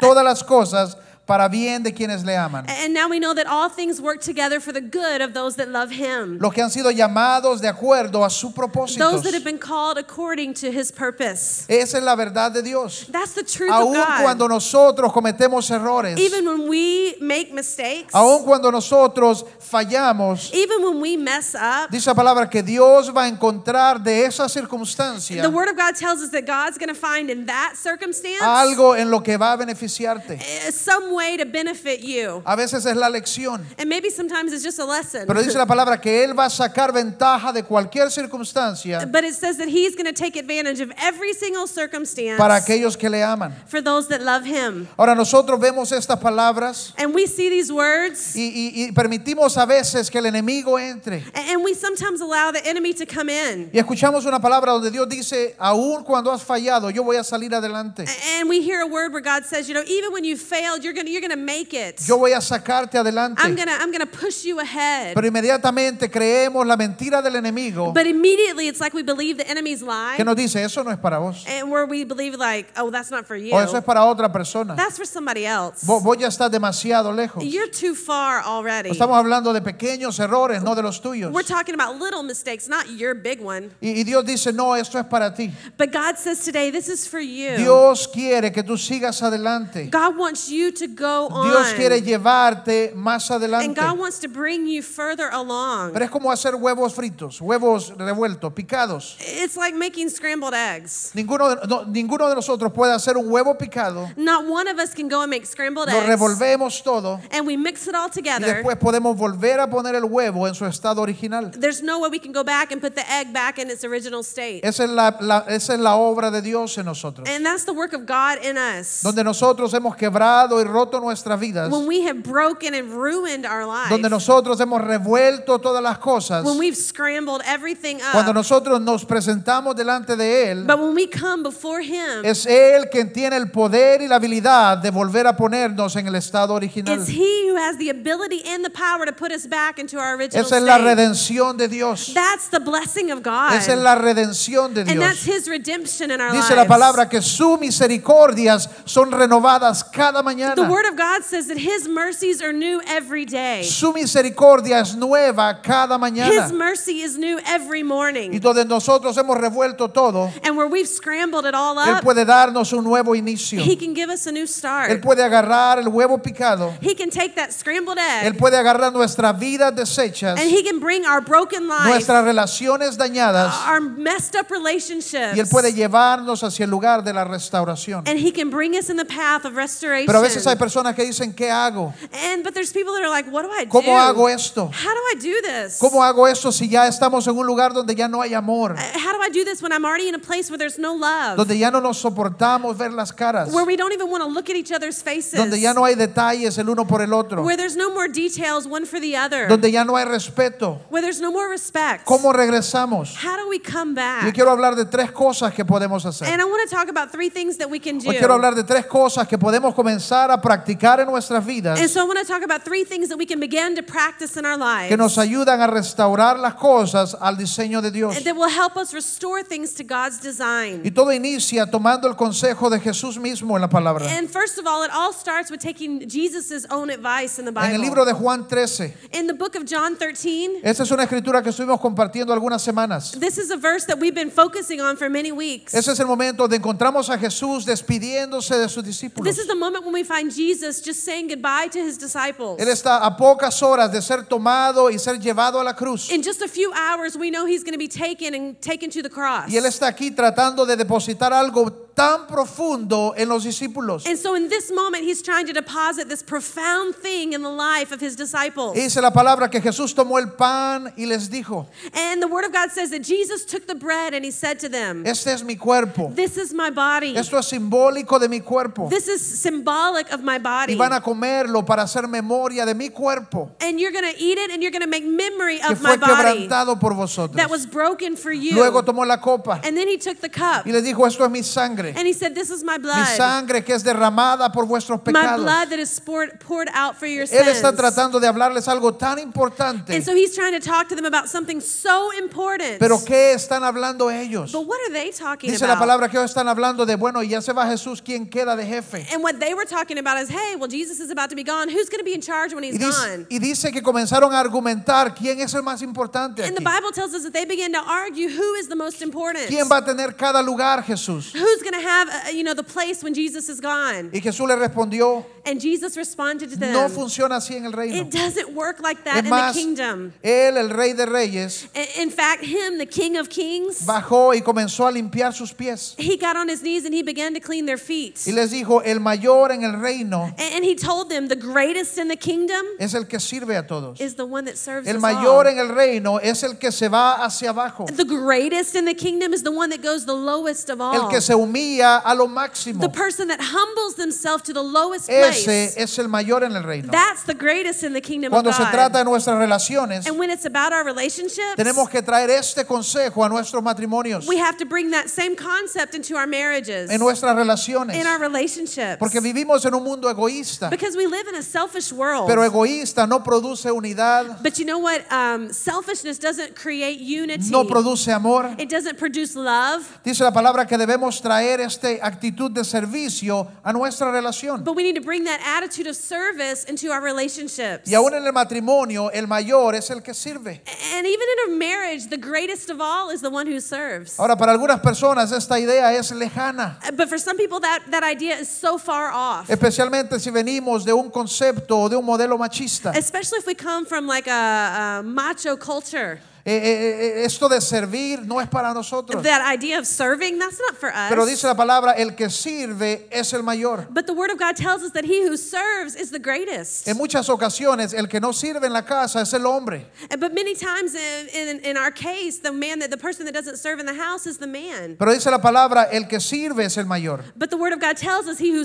[SPEAKER 1] todas las cosas para bien de quienes le aman.
[SPEAKER 2] And now we know that all things work together for the good of those that love Him,
[SPEAKER 1] Los que han sido llamados de acuerdo a su propósito.
[SPEAKER 2] those that have been called according to His purpose.
[SPEAKER 1] Esa es la verdad de Dios.
[SPEAKER 2] That's the truth of
[SPEAKER 1] Aun
[SPEAKER 2] God.
[SPEAKER 1] cuando nosotros cometemos errores,
[SPEAKER 2] even when we make mistakes,
[SPEAKER 1] aun cuando nosotros fallamos,
[SPEAKER 2] even when we mess up,
[SPEAKER 1] Dice la palabra que Dios va a encontrar de esa circunstancia
[SPEAKER 2] The Word of God tells us that God's going to find in that circumstance
[SPEAKER 1] algo en lo que va a beneficiarte.
[SPEAKER 2] eh, some way to benefit you.
[SPEAKER 1] A veces es la lección,
[SPEAKER 2] And maybe sometimes it's just a lesson.
[SPEAKER 1] pero dice la palabra que Él va a sacar ventaja de cualquier circunstancia
[SPEAKER 2] But it says that He's going to take advantage of every single circumstance
[SPEAKER 1] para aquellos que le aman.
[SPEAKER 2] for those that love Him.
[SPEAKER 1] Ahora nosotros vemos estas palabras
[SPEAKER 2] And we see these words,
[SPEAKER 1] y, y- y permitimos a veces que el enemigo entre.
[SPEAKER 2] a- and we sometimes allow the enemy to come in.
[SPEAKER 1] Y escuchamos una palabra donde Dios dice, aun cuando has fallado, yo voy a salir adelante.
[SPEAKER 2] A- And we hear a word where God says, you know, even when you failed, you're going to you're going to make it.
[SPEAKER 1] Yo voy a sacarte adelante.
[SPEAKER 2] I'm going to I'm going to push you ahead.
[SPEAKER 1] Pero inmediatamente creemos la mentira del enemigo
[SPEAKER 2] But immediately it's like we believe the enemy's lie
[SPEAKER 1] que nos dice, eso no es para vos.
[SPEAKER 2] and where we believe like, oh, that's not for you.
[SPEAKER 1] O eso es para otra persona.
[SPEAKER 2] That's for somebody else.
[SPEAKER 1] Vos, vos ya estás demasiado lejos.
[SPEAKER 2] You're too far already.
[SPEAKER 1] Estamos hablando de pequeños errores, no de los tuyos.
[SPEAKER 2] We're talking about little mistakes, not your big one.
[SPEAKER 1] Y, y Dios dice, no, esto es para ti.
[SPEAKER 2] But God says today, this is for you.
[SPEAKER 1] Dios quiere que tú sigas adelante.
[SPEAKER 2] God wants you to go on.
[SPEAKER 1] Dios quiere llevarte más
[SPEAKER 2] and
[SPEAKER 1] adelante.
[SPEAKER 2] God wants to bring you further along.
[SPEAKER 1] Pero es como hacer huevos fritos, huevos revueltos, picados.
[SPEAKER 2] it's like making scrambled eggs.
[SPEAKER 1] Ninguno de, no, ninguno de nosotros puede hacer un huevo picado.
[SPEAKER 2] Not one of us can go and make scrambled
[SPEAKER 1] Lo
[SPEAKER 2] eggs.
[SPEAKER 1] revolvemos todo
[SPEAKER 2] And we mix it all
[SPEAKER 1] y
[SPEAKER 2] together.
[SPEAKER 1] después podemos volver a poner el huevo en su estado original.
[SPEAKER 2] There's no way we can go back and put the egg back in its original state.
[SPEAKER 1] Esa es la- la- esa es la obra de Dios en nosotros.
[SPEAKER 2] and that's the work of God in us.
[SPEAKER 1] donde nosotros hemos quebrado y roto nuestras vidas,
[SPEAKER 2] when we have broken and ruined our lives.
[SPEAKER 1] donde nosotros hemos revuelto todas las cosas,
[SPEAKER 2] when we've scrambled everything up.
[SPEAKER 1] cuando nosotros nos presentamos delante de Él,
[SPEAKER 2] But when we come before Him,
[SPEAKER 1] es Él quien tiene el poder y la habilidad de volver a ponernos en el estado original.
[SPEAKER 2] it's He who has the ability and the power to put us back into our original
[SPEAKER 1] Esa es la
[SPEAKER 2] state.
[SPEAKER 1] redención de Dios.
[SPEAKER 2] That's the blessing of God.
[SPEAKER 1] Esa es la redención de
[SPEAKER 2] and that's
[SPEAKER 1] Dios.
[SPEAKER 2] His redemption in our
[SPEAKER 1] Dice la
[SPEAKER 2] lives.
[SPEAKER 1] palabra que sus misericordias son renovadas cada
[SPEAKER 2] the
[SPEAKER 1] mañana.
[SPEAKER 2] Word of God says that His mercies are new every day.
[SPEAKER 1] Su misericordia es nueva cada
[SPEAKER 2] His
[SPEAKER 1] mañana.
[SPEAKER 2] mercy is new every
[SPEAKER 1] Y
[SPEAKER 2] morning.
[SPEAKER 1] donde nosotros hemos revuelto todo,
[SPEAKER 2] And where we've scrambled it all
[SPEAKER 1] Él
[SPEAKER 2] up,
[SPEAKER 1] puede darnos un nuevo inicio.
[SPEAKER 2] He can give us a new start.
[SPEAKER 1] Él puede agarrar el huevo picado.
[SPEAKER 2] he can take that scrambled egg
[SPEAKER 1] Él puede agarrar nuestras vidas deshechas,
[SPEAKER 2] and He can bring our broken life,
[SPEAKER 1] nuestras relaciones dañadas,
[SPEAKER 2] our messed up relationships,
[SPEAKER 1] y Él puede llevarnos hacia el lugar de la restauración.
[SPEAKER 2] and He can bring us in the path of restoration.
[SPEAKER 1] Pero a veces hay personas que dicen, ¿qué hago?
[SPEAKER 2] And but there's people that are like, what do I do?
[SPEAKER 1] ¿Cómo hago esto?
[SPEAKER 2] How do I do this?
[SPEAKER 1] ¿Cómo hago esto si ya estamos en un lugar donde ya no hay amor?
[SPEAKER 2] Eh, How do I do this when I'm already in a place where there's no love?
[SPEAKER 1] Donde ya no nos soportamos ver las caras,
[SPEAKER 2] where we don't even want to look at each other's faces.
[SPEAKER 1] donde ya no hay detalles el uno por el otro,
[SPEAKER 2] where there's no more details one for the other.
[SPEAKER 1] donde ya no hay respeto.
[SPEAKER 2] where there's no more respect.
[SPEAKER 1] ¿Cómo regresamos?
[SPEAKER 2] How do we come
[SPEAKER 1] Yo
[SPEAKER 2] back?
[SPEAKER 1] quiero hablar de tres cosas que podemos hacer.
[SPEAKER 2] and I want to talk about three things that we can do.
[SPEAKER 1] Hoy quiero hablar de tres cosas que podemos comenzar a practicar en nuestras vidas
[SPEAKER 2] And so I want to talk about three things that we can begin to practice in our lives
[SPEAKER 1] que nos ayudan a restaurar las cosas al diseño de Dios.
[SPEAKER 2] and that will help us restore things to God's
[SPEAKER 1] Y
[SPEAKER 2] design.
[SPEAKER 1] todo inicia tomando el consejo de Jesús mismo en la palabra.
[SPEAKER 2] And first of all, it all starts with taking Jesus' own advice in the
[SPEAKER 1] En
[SPEAKER 2] Bible.
[SPEAKER 1] el libro de Juan 13,
[SPEAKER 2] in the book of John 13,
[SPEAKER 1] esta es una escritura que estuvimos compartiendo algunas semanas.
[SPEAKER 2] this is a verse that we've been focusing on for many weeks.
[SPEAKER 1] Ese es el momento donde encontramos a Jesús despidiéndose de sus discípulos.
[SPEAKER 2] This is the moment when we find Jesus just saying goodbye to his disciples.
[SPEAKER 1] Él está a pocas horas de ser tomado y ser llevado a la cruz.
[SPEAKER 2] In just a few hours, we know he's going to be taken and taken to the cross.
[SPEAKER 1] Y él está aquí tratando de depositar algo tan profundo en los discípulos.
[SPEAKER 2] And so, in this moment, he's trying to deposit this profound thing in the life of his disciples.
[SPEAKER 1] Y dice la palabra que Jesús tomó el pan y les dijo,
[SPEAKER 2] And the Word of God says that Jesus took the bread and he said to them,
[SPEAKER 1] este es mi cuerpo,
[SPEAKER 2] This is my body.
[SPEAKER 1] esto es simbólico de mi cuerpo.
[SPEAKER 2] This is symbolic of my
[SPEAKER 1] Y
[SPEAKER 2] body.
[SPEAKER 1] van a comerlo para hacer memoria de mi cuerpo,
[SPEAKER 2] And you're going to eat it and you're going to make memory
[SPEAKER 1] que
[SPEAKER 2] of my
[SPEAKER 1] fue
[SPEAKER 2] body
[SPEAKER 1] quebrantado por vosotros.
[SPEAKER 2] that was broken for
[SPEAKER 1] Luego
[SPEAKER 2] you.
[SPEAKER 1] tomó la copa
[SPEAKER 2] And then he took the cup
[SPEAKER 1] y les dijo, esto es mi sangre,
[SPEAKER 2] and he said, This is my
[SPEAKER 1] mi
[SPEAKER 2] blood.
[SPEAKER 1] sangre que es derramada por vuestros
[SPEAKER 2] My
[SPEAKER 1] pecados.
[SPEAKER 2] blood that is poured, poured out for your
[SPEAKER 1] Él
[SPEAKER 2] sins.
[SPEAKER 1] está tratando de hablarles algo tan
[SPEAKER 2] And
[SPEAKER 1] importante,
[SPEAKER 2] so he's trying to talk to them about something so important.
[SPEAKER 1] pero ¿qué están hablando ellos?
[SPEAKER 2] but what are they talking
[SPEAKER 1] Dice la
[SPEAKER 2] about?
[SPEAKER 1] palabra que hoy están hablando de, bueno, y ya se va Jesús, ¿quién queda de jefe?
[SPEAKER 2] And what they were talking about is, hey, well, Jesus is about to be gone. Who's going to be in charge when
[SPEAKER 1] Y
[SPEAKER 2] he's
[SPEAKER 1] dice,
[SPEAKER 2] gone?
[SPEAKER 1] y dice que comenzaron a argumentar quién es el más importante.
[SPEAKER 2] And the
[SPEAKER 1] Aquí?
[SPEAKER 2] Bible tells us that they began to argue who is the most important.
[SPEAKER 1] ¿Quién va a tener cada lugar, Jesús?
[SPEAKER 2] Who's going to have, uh, you know, the place when Jesus is gone?
[SPEAKER 1] Y Jesús le respondió,
[SPEAKER 2] And Jesus responded to them,
[SPEAKER 1] no funciona así en el reino.
[SPEAKER 2] it doesn't work like that
[SPEAKER 1] Es
[SPEAKER 2] in
[SPEAKER 1] más,
[SPEAKER 2] the kingdom.
[SPEAKER 1] él, el rey de reyes,
[SPEAKER 2] I- In fact, him, the King of Kings,
[SPEAKER 1] bajó y comenzó a limpiar sus pies.
[SPEAKER 2] he got on his knees and he began to clean their feet.
[SPEAKER 1] Y les dijo, el mayor en el reino
[SPEAKER 2] And and he told them, the greatest in the kingdom
[SPEAKER 1] es el que sirve a todos.
[SPEAKER 2] is the one that serves
[SPEAKER 1] El
[SPEAKER 2] us
[SPEAKER 1] mayor
[SPEAKER 2] all.
[SPEAKER 1] en el reino es el que se va hacia abajo.
[SPEAKER 2] The greatest in the kingdom is the one that goes the lowest of
[SPEAKER 1] El
[SPEAKER 2] all.
[SPEAKER 1] que se humilla a lo
[SPEAKER 2] The
[SPEAKER 1] máximo.
[SPEAKER 2] person that humbles themselves to the lowest place.
[SPEAKER 1] Ese es el mayor en el reino.
[SPEAKER 2] That's the greatest in the kingdom
[SPEAKER 1] Cuando
[SPEAKER 2] of
[SPEAKER 1] se
[SPEAKER 2] God.
[SPEAKER 1] trata de nuestras relaciones,
[SPEAKER 2] and when it's about our relationships,
[SPEAKER 1] tenemos que traer este consejo a nuestros matrimonios,
[SPEAKER 2] we have to bring that same concept into our marriages,
[SPEAKER 1] en nuestras relaciones,
[SPEAKER 2] in our relationships.
[SPEAKER 1] porque vivimos en un mundo egoísta,
[SPEAKER 2] because we live in a selfish world.
[SPEAKER 1] pero egoísta no produce unidad,
[SPEAKER 2] but you know what? Um, selfishness doesn't create unity.
[SPEAKER 1] no produce amor.
[SPEAKER 2] it doesn't produce love,
[SPEAKER 1] Dice la palabra que debemos traer esta actitud de servicio a nuestra relación.
[SPEAKER 2] but we need to bring that attitude of service into our relationships.
[SPEAKER 1] Y aún en el matrimonio, el mayor es el que sirve.
[SPEAKER 2] and even in a marriage, the greatest of all is the one who serves.
[SPEAKER 1] Ahora, para algunas personas esta idea es lejana,
[SPEAKER 2] But for some people, that, that idea is so far off.
[SPEAKER 1] especialmente si venimos de un concepto o de un modelo machista.
[SPEAKER 2] Especially if we come from like a, a macho culture.
[SPEAKER 1] Eh, eh, eh, esto de servir no es para nosotros.
[SPEAKER 2] That idea of serving, that's not for us.
[SPEAKER 1] Pero dice la palabra, el que sirve es el mayor.
[SPEAKER 2] but the Word of God tells us that he who serves is the greatest.
[SPEAKER 1] En muchas ocasiones, el que no sirve en la casa es el hombre.
[SPEAKER 2] And- But many times in, in, in our case, the man that the person that doesn't serve in the house is the man.
[SPEAKER 1] Pero dice la palabra, el que sirve es el mayor.
[SPEAKER 2] But the Word of God tells us he who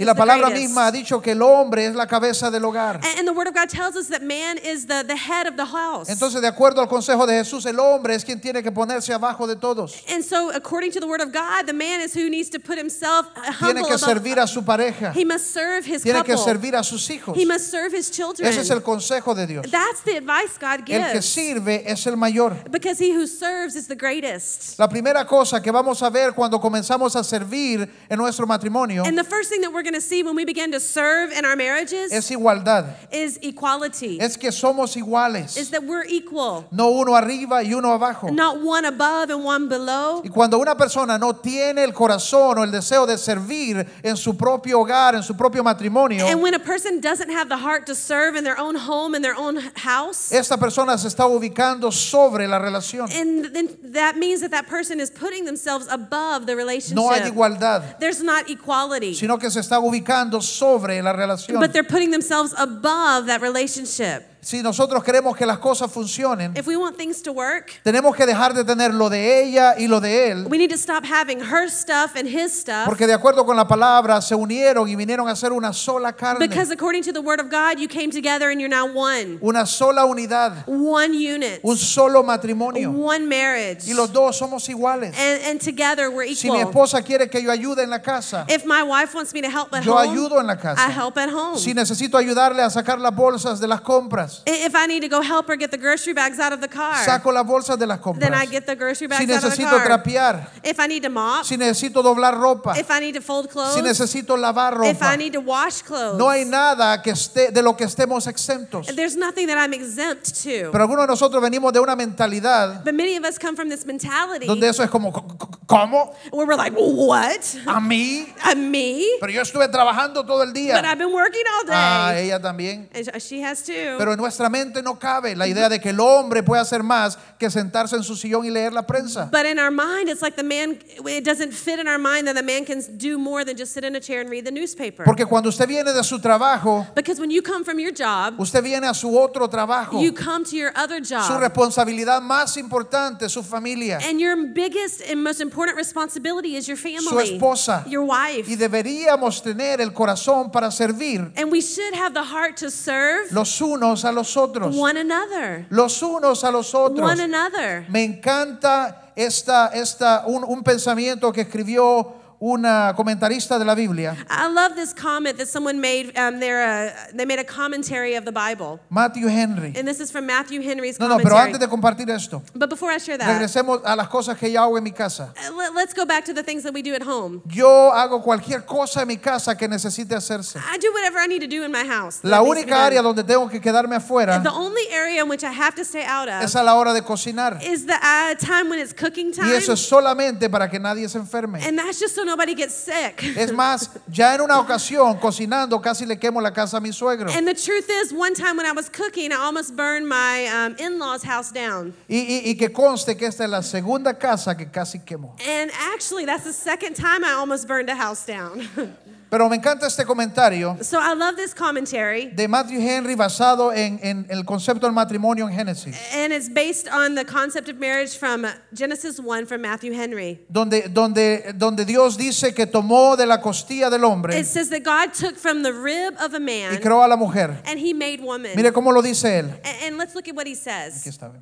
[SPEAKER 1] Y
[SPEAKER 2] is
[SPEAKER 1] la
[SPEAKER 2] the
[SPEAKER 1] palabra
[SPEAKER 2] greatest.
[SPEAKER 1] misma ha dicho que el hombre es la cabeza del hogar.
[SPEAKER 2] and, and the Word of God tells us that man is the, the head of the house.
[SPEAKER 1] Entonces, de acuerdo al consejo de Jesús, el hombre es quien tiene que ponerse abajo de todos.
[SPEAKER 2] and so, according to the Word of God, the man is who needs to put himself uh,
[SPEAKER 1] Tiene
[SPEAKER 2] humble
[SPEAKER 1] que
[SPEAKER 2] above
[SPEAKER 1] servir a su pareja.
[SPEAKER 2] He must serve his
[SPEAKER 1] Tiene que
[SPEAKER 2] couple.
[SPEAKER 1] servir a sus hijos.
[SPEAKER 2] He must serve his children.
[SPEAKER 1] Ese es el consejo de Dios.
[SPEAKER 2] That's the advice God
[SPEAKER 1] El que
[SPEAKER 2] gives.
[SPEAKER 1] sirve es el mayor.
[SPEAKER 2] Because he who serves is the greatest.
[SPEAKER 1] La primera cosa que vamos a ver cuando comenzamos a servir en nuestro matrimonio
[SPEAKER 2] And the first thing that we're going to see when we begin to serve in our marriages
[SPEAKER 1] es igualdad.
[SPEAKER 2] is equality.
[SPEAKER 1] Es que somos
[SPEAKER 2] Is
[SPEAKER 1] iguales,
[SPEAKER 2] that we're equal,
[SPEAKER 1] no uno arriba y uno abajo.
[SPEAKER 2] not one above and one below.
[SPEAKER 1] Y cuando una persona no tiene el corazón o el deseo de servir en su propio hogar, en su propio matrimonio,
[SPEAKER 2] And when a person doesn't have the heart to serve in their own home, in their own house,
[SPEAKER 1] esta persona se está ubicando sobre la relación.
[SPEAKER 2] and then that means that that person is putting themselves above the relationship.
[SPEAKER 1] No hay igualdad,
[SPEAKER 2] There's not equality.
[SPEAKER 1] sino que se está ubicando sobre la relación.
[SPEAKER 2] But they're putting themselves above that relationship.
[SPEAKER 1] si nosotros queremos que las cosas funcionen,
[SPEAKER 2] If we want things to work,
[SPEAKER 1] tenemos que dejar de tener lo de ella y lo de él.
[SPEAKER 2] we need to stop having her stuff and his stuff.
[SPEAKER 1] Porque de acuerdo con la palabra, se unieron y vinieron a ser una sola carne,
[SPEAKER 2] Because according to the word of God, you came together and you're now one.
[SPEAKER 1] una sola unidad,
[SPEAKER 2] One unit.
[SPEAKER 1] un solo matrimonio.
[SPEAKER 2] One marriage.
[SPEAKER 1] Y los dos somos iguales.
[SPEAKER 2] And, and together we're
[SPEAKER 1] Si mi
[SPEAKER 2] equal.
[SPEAKER 1] esposa quiere que yo ayude en la casa,
[SPEAKER 2] If my wife wants me to help at
[SPEAKER 1] yo
[SPEAKER 2] home,
[SPEAKER 1] ayudo en la
[SPEAKER 2] I
[SPEAKER 1] casa.
[SPEAKER 2] help at home.
[SPEAKER 1] Si necesito ayudarle a sacar las bolsas de las compras,
[SPEAKER 2] I- If I need to go help her get the grocery bags out of the car,
[SPEAKER 1] saco las bolsas de las compras.
[SPEAKER 2] then I get the grocery
[SPEAKER 1] Si
[SPEAKER 2] bags out of the
[SPEAKER 1] necesito
[SPEAKER 2] car.
[SPEAKER 1] trapear,
[SPEAKER 2] If I need to mop,
[SPEAKER 1] si necesito doblar ropa,
[SPEAKER 2] if I need to fold
[SPEAKER 1] si
[SPEAKER 2] clothes,
[SPEAKER 1] ah, necesito lavar
[SPEAKER 2] if I
[SPEAKER 1] ropa,
[SPEAKER 2] need to wash clothes,
[SPEAKER 1] no hay nada que esté de lo que estemos exentos.
[SPEAKER 2] there's nothing that I'm exempt to.
[SPEAKER 1] Pero algunos de nosotros venimos de una mentalidad
[SPEAKER 2] But many of us come from this mentality
[SPEAKER 1] donde eso es como "C- c- ¿cómo?
[SPEAKER 2] where we're like, what?
[SPEAKER 1] A mí,
[SPEAKER 2] Uh, me?
[SPEAKER 1] pero yo estuve trabajando todo el
[SPEAKER 2] But Mm.
[SPEAKER 1] día.
[SPEAKER 2] I've been working all
[SPEAKER 1] Ah,
[SPEAKER 2] day.
[SPEAKER 1] ella también.
[SPEAKER 2] And sh- she has too.
[SPEAKER 1] Pero en nuestra mente no cabe la idea de que el hombre puede hacer más que sentarse en su sillón y leer la prensa.
[SPEAKER 2] But in our mind, it's like the man, it doesn't fit in our mind that the man can do more than just sit in a chair and read the newspaper.
[SPEAKER 1] Porque cuando usted viene de su trabajo,
[SPEAKER 2] Because when you come from your job,
[SPEAKER 1] usted viene a su otro trabajo,
[SPEAKER 2] you come to your other
[SPEAKER 1] su
[SPEAKER 2] job.
[SPEAKER 1] responsabilidad más importante, su familia.
[SPEAKER 2] And your biggest and most important responsibility is your family,
[SPEAKER 1] esposa.
[SPEAKER 2] your wife.
[SPEAKER 1] Y deberíamos tener el corazón para servir
[SPEAKER 2] and we should have the heart to serve
[SPEAKER 1] los unos a los otros.
[SPEAKER 2] one another.
[SPEAKER 1] Los unos a los otros.
[SPEAKER 2] One another.
[SPEAKER 1] Me encanta esta, esta, un, un pensamiento que escribió una comentarista de la Biblia,
[SPEAKER 2] I love this comment that someone made. Um, their, uh, they made a commentary of the Bible.
[SPEAKER 1] Matthew Henry.
[SPEAKER 2] And this is from Matthew Henry's
[SPEAKER 1] No, no,
[SPEAKER 2] commentary.
[SPEAKER 1] pero antes de compartir esto,
[SPEAKER 2] But before I share that,
[SPEAKER 1] regresemos a las cosas que yo hago en mi casa.
[SPEAKER 2] uh, let, let's go back to the things that we do at home.
[SPEAKER 1] Yo hago cualquier cosa en mi casa que necesite hacerse.
[SPEAKER 2] I do whatever I need to do in my house.
[SPEAKER 1] La
[SPEAKER 2] that needs to be
[SPEAKER 1] única área
[SPEAKER 2] done.
[SPEAKER 1] donde tengo que quedarme afuera
[SPEAKER 2] the only area in which I have to stay out of
[SPEAKER 1] es a la hora de cocinar.
[SPEAKER 2] is the uh, time when it's cooking time.
[SPEAKER 1] Y eso es solamente para que nadie se enferme.
[SPEAKER 2] And that's just so nobody gets sick.
[SPEAKER 1] Es más, ya en una ocasión cocinando casi le quemo la casa a mi suegro.
[SPEAKER 2] and the truth is, one time when I was cooking, I almost burned my um, in law's house down.
[SPEAKER 1] Y, y- y que conste que esta es la segunda casa que casi quemo.
[SPEAKER 2] And actually, that's the second time I almost burned a house down.
[SPEAKER 1] Pero me encanta este comentario
[SPEAKER 2] so I love this commentary.
[SPEAKER 1] de Matthew Henry basado en, en el concepto del matrimonio en Génesis,
[SPEAKER 2] And it's based on the concept of marriage from Genesis 1 from Matthew Henry.
[SPEAKER 1] donde, donde, donde Dios dice que tomó de la costilla del hombre
[SPEAKER 2] It says that God took from the rib of a
[SPEAKER 1] y
[SPEAKER 2] man
[SPEAKER 1] creó a la mujer.
[SPEAKER 2] and he made woman.
[SPEAKER 1] Mire cómo lo dice él.
[SPEAKER 2] A- And let's look at what he says.
[SPEAKER 1] Aquí está, bebé.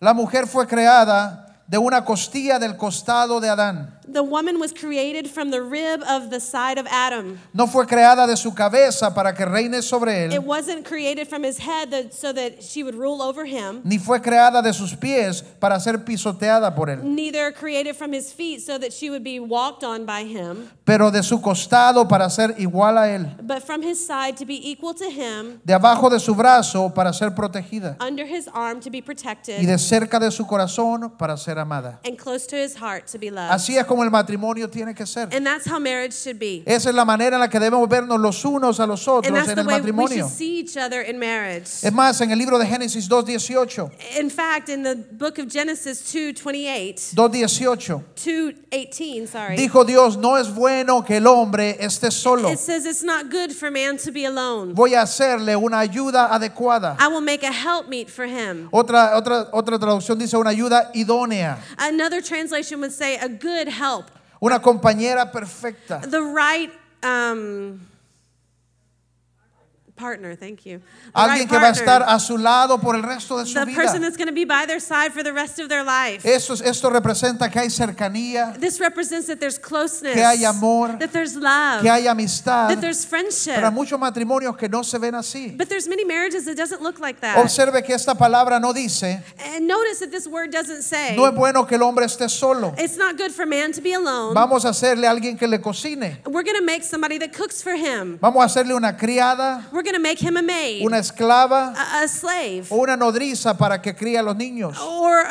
[SPEAKER 1] La mujer fue creada de una costilla del costado de Adán.
[SPEAKER 2] The woman was created from the rib of the side of Adam.
[SPEAKER 1] No fue creada de su cabeza para que reine sobre él.
[SPEAKER 2] It wasn't created from his head that, so that she would rule over him,
[SPEAKER 1] ni fue creada de sus pies para ser pisoteada por él,
[SPEAKER 2] neither created from his feet so that she would be walked on by him,
[SPEAKER 1] pero de su costado para ser igual a él,
[SPEAKER 2] but from his side to be equal to him,
[SPEAKER 1] de abajo de su brazo para ser protegida
[SPEAKER 2] under his arm to be
[SPEAKER 1] y
[SPEAKER 2] protected,
[SPEAKER 1] de cerca de su corazón para ser amada.
[SPEAKER 2] and close to his heart to be loved.
[SPEAKER 1] Así es como el matrimonio tiene que ser.
[SPEAKER 2] And that's how marriage should be.
[SPEAKER 1] Esa es la manera en la que debemos vernos los unos a los
[SPEAKER 2] And
[SPEAKER 1] otros
[SPEAKER 2] that's
[SPEAKER 1] en
[SPEAKER 2] the
[SPEAKER 1] el
[SPEAKER 2] way we should
[SPEAKER 1] matrimonio.
[SPEAKER 2] see each other in marriage.
[SPEAKER 1] Es más, en el libro de Génesis 2.18,
[SPEAKER 2] In fact, in the book of Genesis 2 28,
[SPEAKER 1] 2.18,
[SPEAKER 2] 2 18, sorry.
[SPEAKER 1] dijo Dios, no es bueno que el hombre esté solo,
[SPEAKER 2] It says it's not good for man to be alone.
[SPEAKER 1] voy a hacerle una ayuda adecuada.
[SPEAKER 2] I will make a helpmeet for him.
[SPEAKER 1] Otra, otra, otra traducción dice una ayuda idónea.
[SPEAKER 2] Another translation would say a good help,
[SPEAKER 1] Una compañera perfecta.
[SPEAKER 2] the right um, partner. Thank you. The
[SPEAKER 1] Alguien
[SPEAKER 2] right
[SPEAKER 1] que va a
[SPEAKER 2] partner.
[SPEAKER 1] estar a su lado por el resto de su
[SPEAKER 2] the person
[SPEAKER 1] vida. Eh,
[SPEAKER 2] that's going to be by their side for the rest of their life.
[SPEAKER 1] Eso, es- esto representa que hay cercanía,
[SPEAKER 2] this represents that there's closeness,
[SPEAKER 1] Que hay amor.
[SPEAKER 2] that there's love,
[SPEAKER 1] que hay amistad.
[SPEAKER 2] that there's friendship.
[SPEAKER 1] Pero hay muchos matrimonios que no se ven así.
[SPEAKER 2] but there's many marriages that doesn't look like that.
[SPEAKER 1] Observe que esta palabra no dice,
[SPEAKER 2] and notice that this word doesn't say
[SPEAKER 1] no es bueno que el hombre esté solo.
[SPEAKER 2] it's not good for man to be alone.
[SPEAKER 1] Vamos a hacerle a alguien que le cocine.
[SPEAKER 2] We're going to make somebody that cooks for him.
[SPEAKER 1] Vamos a hacerle una criada,
[SPEAKER 2] We're going to make him a maid,
[SPEAKER 1] una esclava
[SPEAKER 2] a, a slave,
[SPEAKER 1] o una nodriza para que críe a los niños.
[SPEAKER 2] or a,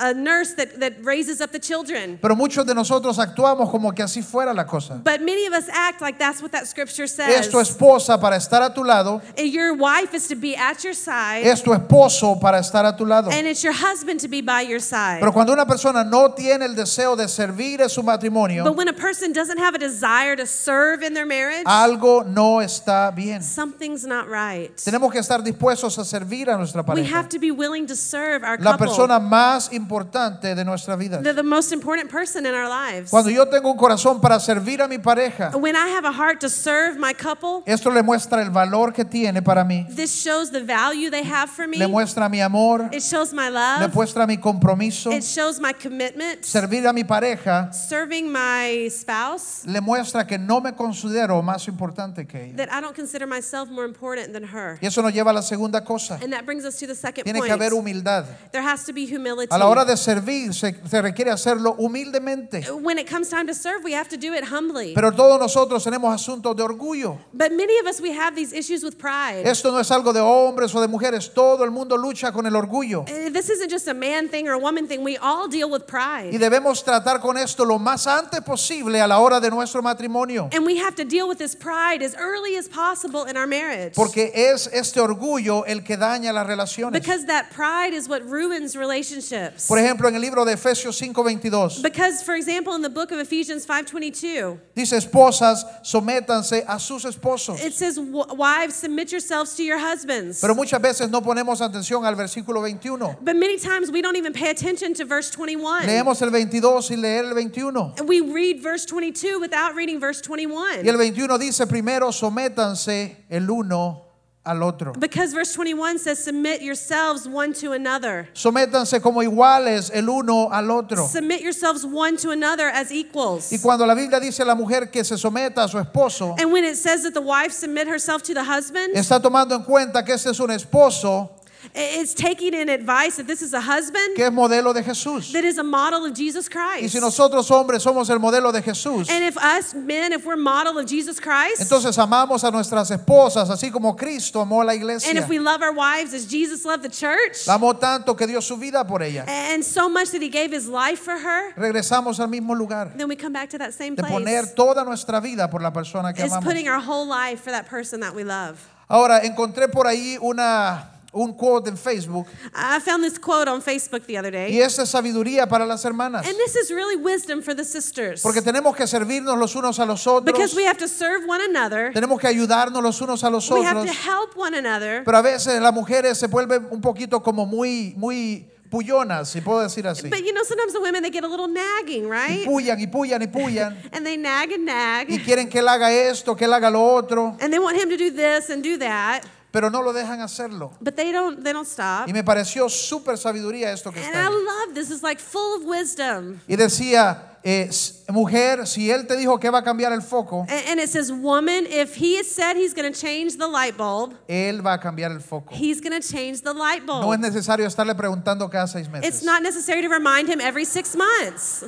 [SPEAKER 2] a, a nurse that, that raises up the children.
[SPEAKER 1] Pero muchos de nosotros actuamos como que así fuera la cosa.
[SPEAKER 2] But many of us act like that's what that scripture says.
[SPEAKER 1] Es tu esposa para estar a tu lado.
[SPEAKER 2] Your wife is to be at your side,
[SPEAKER 1] es tu esposo para estar a tu lado.
[SPEAKER 2] and it's your husband to be by your side.
[SPEAKER 1] Pero cuando una persona no tiene el deseo de servir en su
[SPEAKER 2] but
[SPEAKER 1] matrimonio, Ah.
[SPEAKER 2] when a person doesn't have a desire to serve in their marriage,
[SPEAKER 1] algo no está bien. Amén.
[SPEAKER 2] Something's not right.
[SPEAKER 1] Tenemos que estar dispuestos a servir a nuestra
[SPEAKER 2] We
[SPEAKER 1] pareja.
[SPEAKER 2] have to be willing to serve our
[SPEAKER 1] La persona
[SPEAKER 2] couple.
[SPEAKER 1] más importante de nuestra vida.
[SPEAKER 2] They're the most important person in our lives.
[SPEAKER 1] Cuando yo tengo un corazón para servir a mi pareja,
[SPEAKER 2] When I have a heart to serve my couple,
[SPEAKER 1] esto le muestra el valor que tiene para mí.
[SPEAKER 2] this shows the value they have for me.
[SPEAKER 1] Le muestra mi amor,
[SPEAKER 2] It shows my
[SPEAKER 1] le
[SPEAKER 2] love.
[SPEAKER 1] muestra mi compromiso.
[SPEAKER 2] It shows my commitment.
[SPEAKER 1] Servir a mi pareja
[SPEAKER 2] Serving my spouse,
[SPEAKER 1] le muestra que no me considero más importante que ella.
[SPEAKER 2] that I don't consider myself more important than her.
[SPEAKER 1] Y eso nos lleva a la segunda cosa.
[SPEAKER 2] And that brings us to the second
[SPEAKER 1] Tiene que haber
[SPEAKER 2] point.
[SPEAKER 1] humildad.
[SPEAKER 2] There has to be humility.
[SPEAKER 1] A la hora de servir se, se requiere hacerlo humildemente.
[SPEAKER 2] When it comes time to serve, we have to do it humbly.
[SPEAKER 1] Pero todos nosotros tenemos asuntos de orgullo.
[SPEAKER 2] But many of us, we have these issues with pride.
[SPEAKER 1] Esto no es algo de hombres o de mujeres. Todo el mundo lucha con el orgullo.
[SPEAKER 2] Uh, This isn't just a man thing or a woman thing. We all deal with
[SPEAKER 1] Y
[SPEAKER 2] pride.
[SPEAKER 1] debemos tratar con esto lo más antes posible a la hora de nuestro matrimonio.
[SPEAKER 2] And we have to deal with this pride as early as possible in our marriage.
[SPEAKER 1] Porque es este orgullo el que daña las relaciones.
[SPEAKER 2] Because that pride is what ruins relationships.
[SPEAKER 1] Por ejemplo, en el libro de Efesios 5:22
[SPEAKER 2] Because, for example, in the book of Ephesians 5.22,
[SPEAKER 1] dice, esposas, sométanse a sus esposos.
[SPEAKER 2] it says, "W- wives, submit yourselves to your husbands.
[SPEAKER 1] Pero muchas veces no ponemos atención al versículo 21.
[SPEAKER 2] But many times we don't even pay attention to verse 21.
[SPEAKER 1] Leemos el 22 y leer el 21.
[SPEAKER 2] And We read verse 22 without reading verse
[SPEAKER 1] Y el
[SPEAKER 2] 21.
[SPEAKER 1] 21 dice, primero sométanse el uno al otro.
[SPEAKER 2] Because verse 21 says, submit yourselves one to another.
[SPEAKER 1] Sométanse como iguales el uno al otro.
[SPEAKER 2] Submit yourselves one to another as equals.
[SPEAKER 1] Y cuando la Biblia dice a la mujer que se someta a su esposo,
[SPEAKER 2] And when it says that the wife submit herself to the husband, i-
[SPEAKER 1] está tomando en cuenta que este es un esposo
[SPEAKER 2] it's taking in advice that this is a husband
[SPEAKER 1] que es modelo de Jesús.
[SPEAKER 2] that is a model of Jesus
[SPEAKER 1] Y
[SPEAKER 2] Christ.
[SPEAKER 1] si nosotros hombres somos el modelo de Jesús,
[SPEAKER 2] And if us men, if we're model of Jesus Christ,
[SPEAKER 1] entonces amamos a nuestras esposas así como Cristo amó a la
[SPEAKER 2] and
[SPEAKER 1] iglesia.
[SPEAKER 2] if we love our wives as Jesus loved the church,
[SPEAKER 1] La amó tanto que dio su vida por ella.
[SPEAKER 2] and so much that he gave his life for her,
[SPEAKER 1] Regresamos al mismo lugar
[SPEAKER 2] then we come back to that same
[SPEAKER 1] de poner
[SPEAKER 2] place.
[SPEAKER 1] toda nuestra vida por la persona que
[SPEAKER 2] Is
[SPEAKER 1] amamos.
[SPEAKER 2] putting our whole life for that person that we love.
[SPEAKER 1] Ahora encontré por ahí una un quote en Facebook
[SPEAKER 2] I found this quote on Facebook the other
[SPEAKER 1] y
[SPEAKER 2] day,
[SPEAKER 1] esa es sabiduría para las hermanas,
[SPEAKER 2] and this is really wisdom for the sisters.
[SPEAKER 1] porque tenemos que servirnos los unos a los
[SPEAKER 2] Because
[SPEAKER 1] otros.
[SPEAKER 2] we have to serve one another.
[SPEAKER 1] Tenemos que ayudarnos los unos a los
[SPEAKER 2] We have
[SPEAKER 1] otros.
[SPEAKER 2] to help one another.
[SPEAKER 1] Pero a veces las mujeres se vuelven un poquito como muy, muy pullonas, si puedo decir así.
[SPEAKER 2] But you know, sometimes the women they get a little nagging,
[SPEAKER 1] Y
[SPEAKER 2] right?
[SPEAKER 1] pullan y pullan y pullan.
[SPEAKER 2] And they nag and
[SPEAKER 1] y
[SPEAKER 2] nag.
[SPEAKER 1] quieren que él haga esto, que él haga lo otro,
[SPEAKER 2] And they want him to do this and do that,
[SPEAKER 1] pero no lo dejan hacerlo.
[SPEAKER 2] but they don't they don't stop.
[SPEAKER 1] Y me pareció súper sabiduría esto que
[SPEAKER 2] And
[SPEAKER 1] está
[SPEAKER 2] I
[SPEAKER 1] ahí.
[SPEAKER 2] love this. It's like full of wisdom.
[SPEAKER 1] Y decía, eh, s- mujer, si él te dijo que va a cambiar el foco,
[SPEAKER 2] A- And it says, Woman, if he has said he's gonna change the light bulb,
[SPEAKER 1] él va a cambiar el foco.
[SPEAKER 2] he's gonna change the light
[SPEAKER 1] No es
[SPEAKER 2] bulb.
[SPEAKER 1] necesario estarle preguntando cada seis
[SPEAKER 2] It's
[SPEAKER 1] meses.
[SPEAKER 2] not necessary to remind him every six months.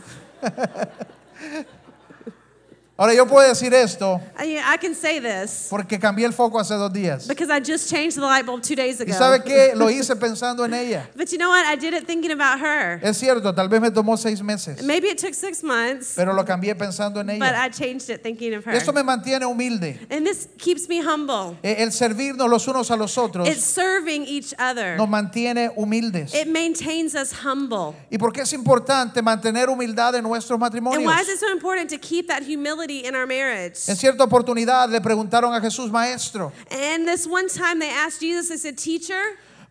[SPEAKER 1] Ahora yo puedo decir esto
[SPEAKER 2] I, mean, I can say this
[SPEAKER 1] porque cambié el foco hace dos días.
[SPEAKER 2] because I just changed the light bulb two days
[SPEAKER 1] Y sabe
[SPEAKER 2] ago.
[SPEAKER 1] que lo hice pensando en ella.
[SPEAKER 2] But you know what? I did it thinking about her.
[SPEAKER 1] Es cierto, tal vez me tomó seis meses,
[SPEAKER 2] Maybe it took six months,
[SPEAKER 1] pero lo cambié pensando en
[SPEAKER 2] but
[SPEAKER 1] ella.
[SPEAKER 2] I changed it thinking of her.
[SPEAKER 1] Esto me mantiene humilde.
[SPEAKER 2] And this keeps me humble.
[SPEAKER 1] Eh, El servirnos los unos a los otros
[SPEAKER 2] It's serving each other.
[SPEAKER 1] nos mantiene humildes.
[SPEAKER 2] It maintains us humble.
[SPEAKER 1] ¿Y por qué es importante mantener humildad en nuestros
[SPEAKER 2] And
[SPEAKER 1] matrimonios?
[SPEAKER 2] why is it so important to keep that humility in our marriage?
[SPEAKER 1] En cierta oportunidad le preguntaron a Jesús, maestro,
[SPEAKER 2] And this one time they asked Jesus, they said, Teacher,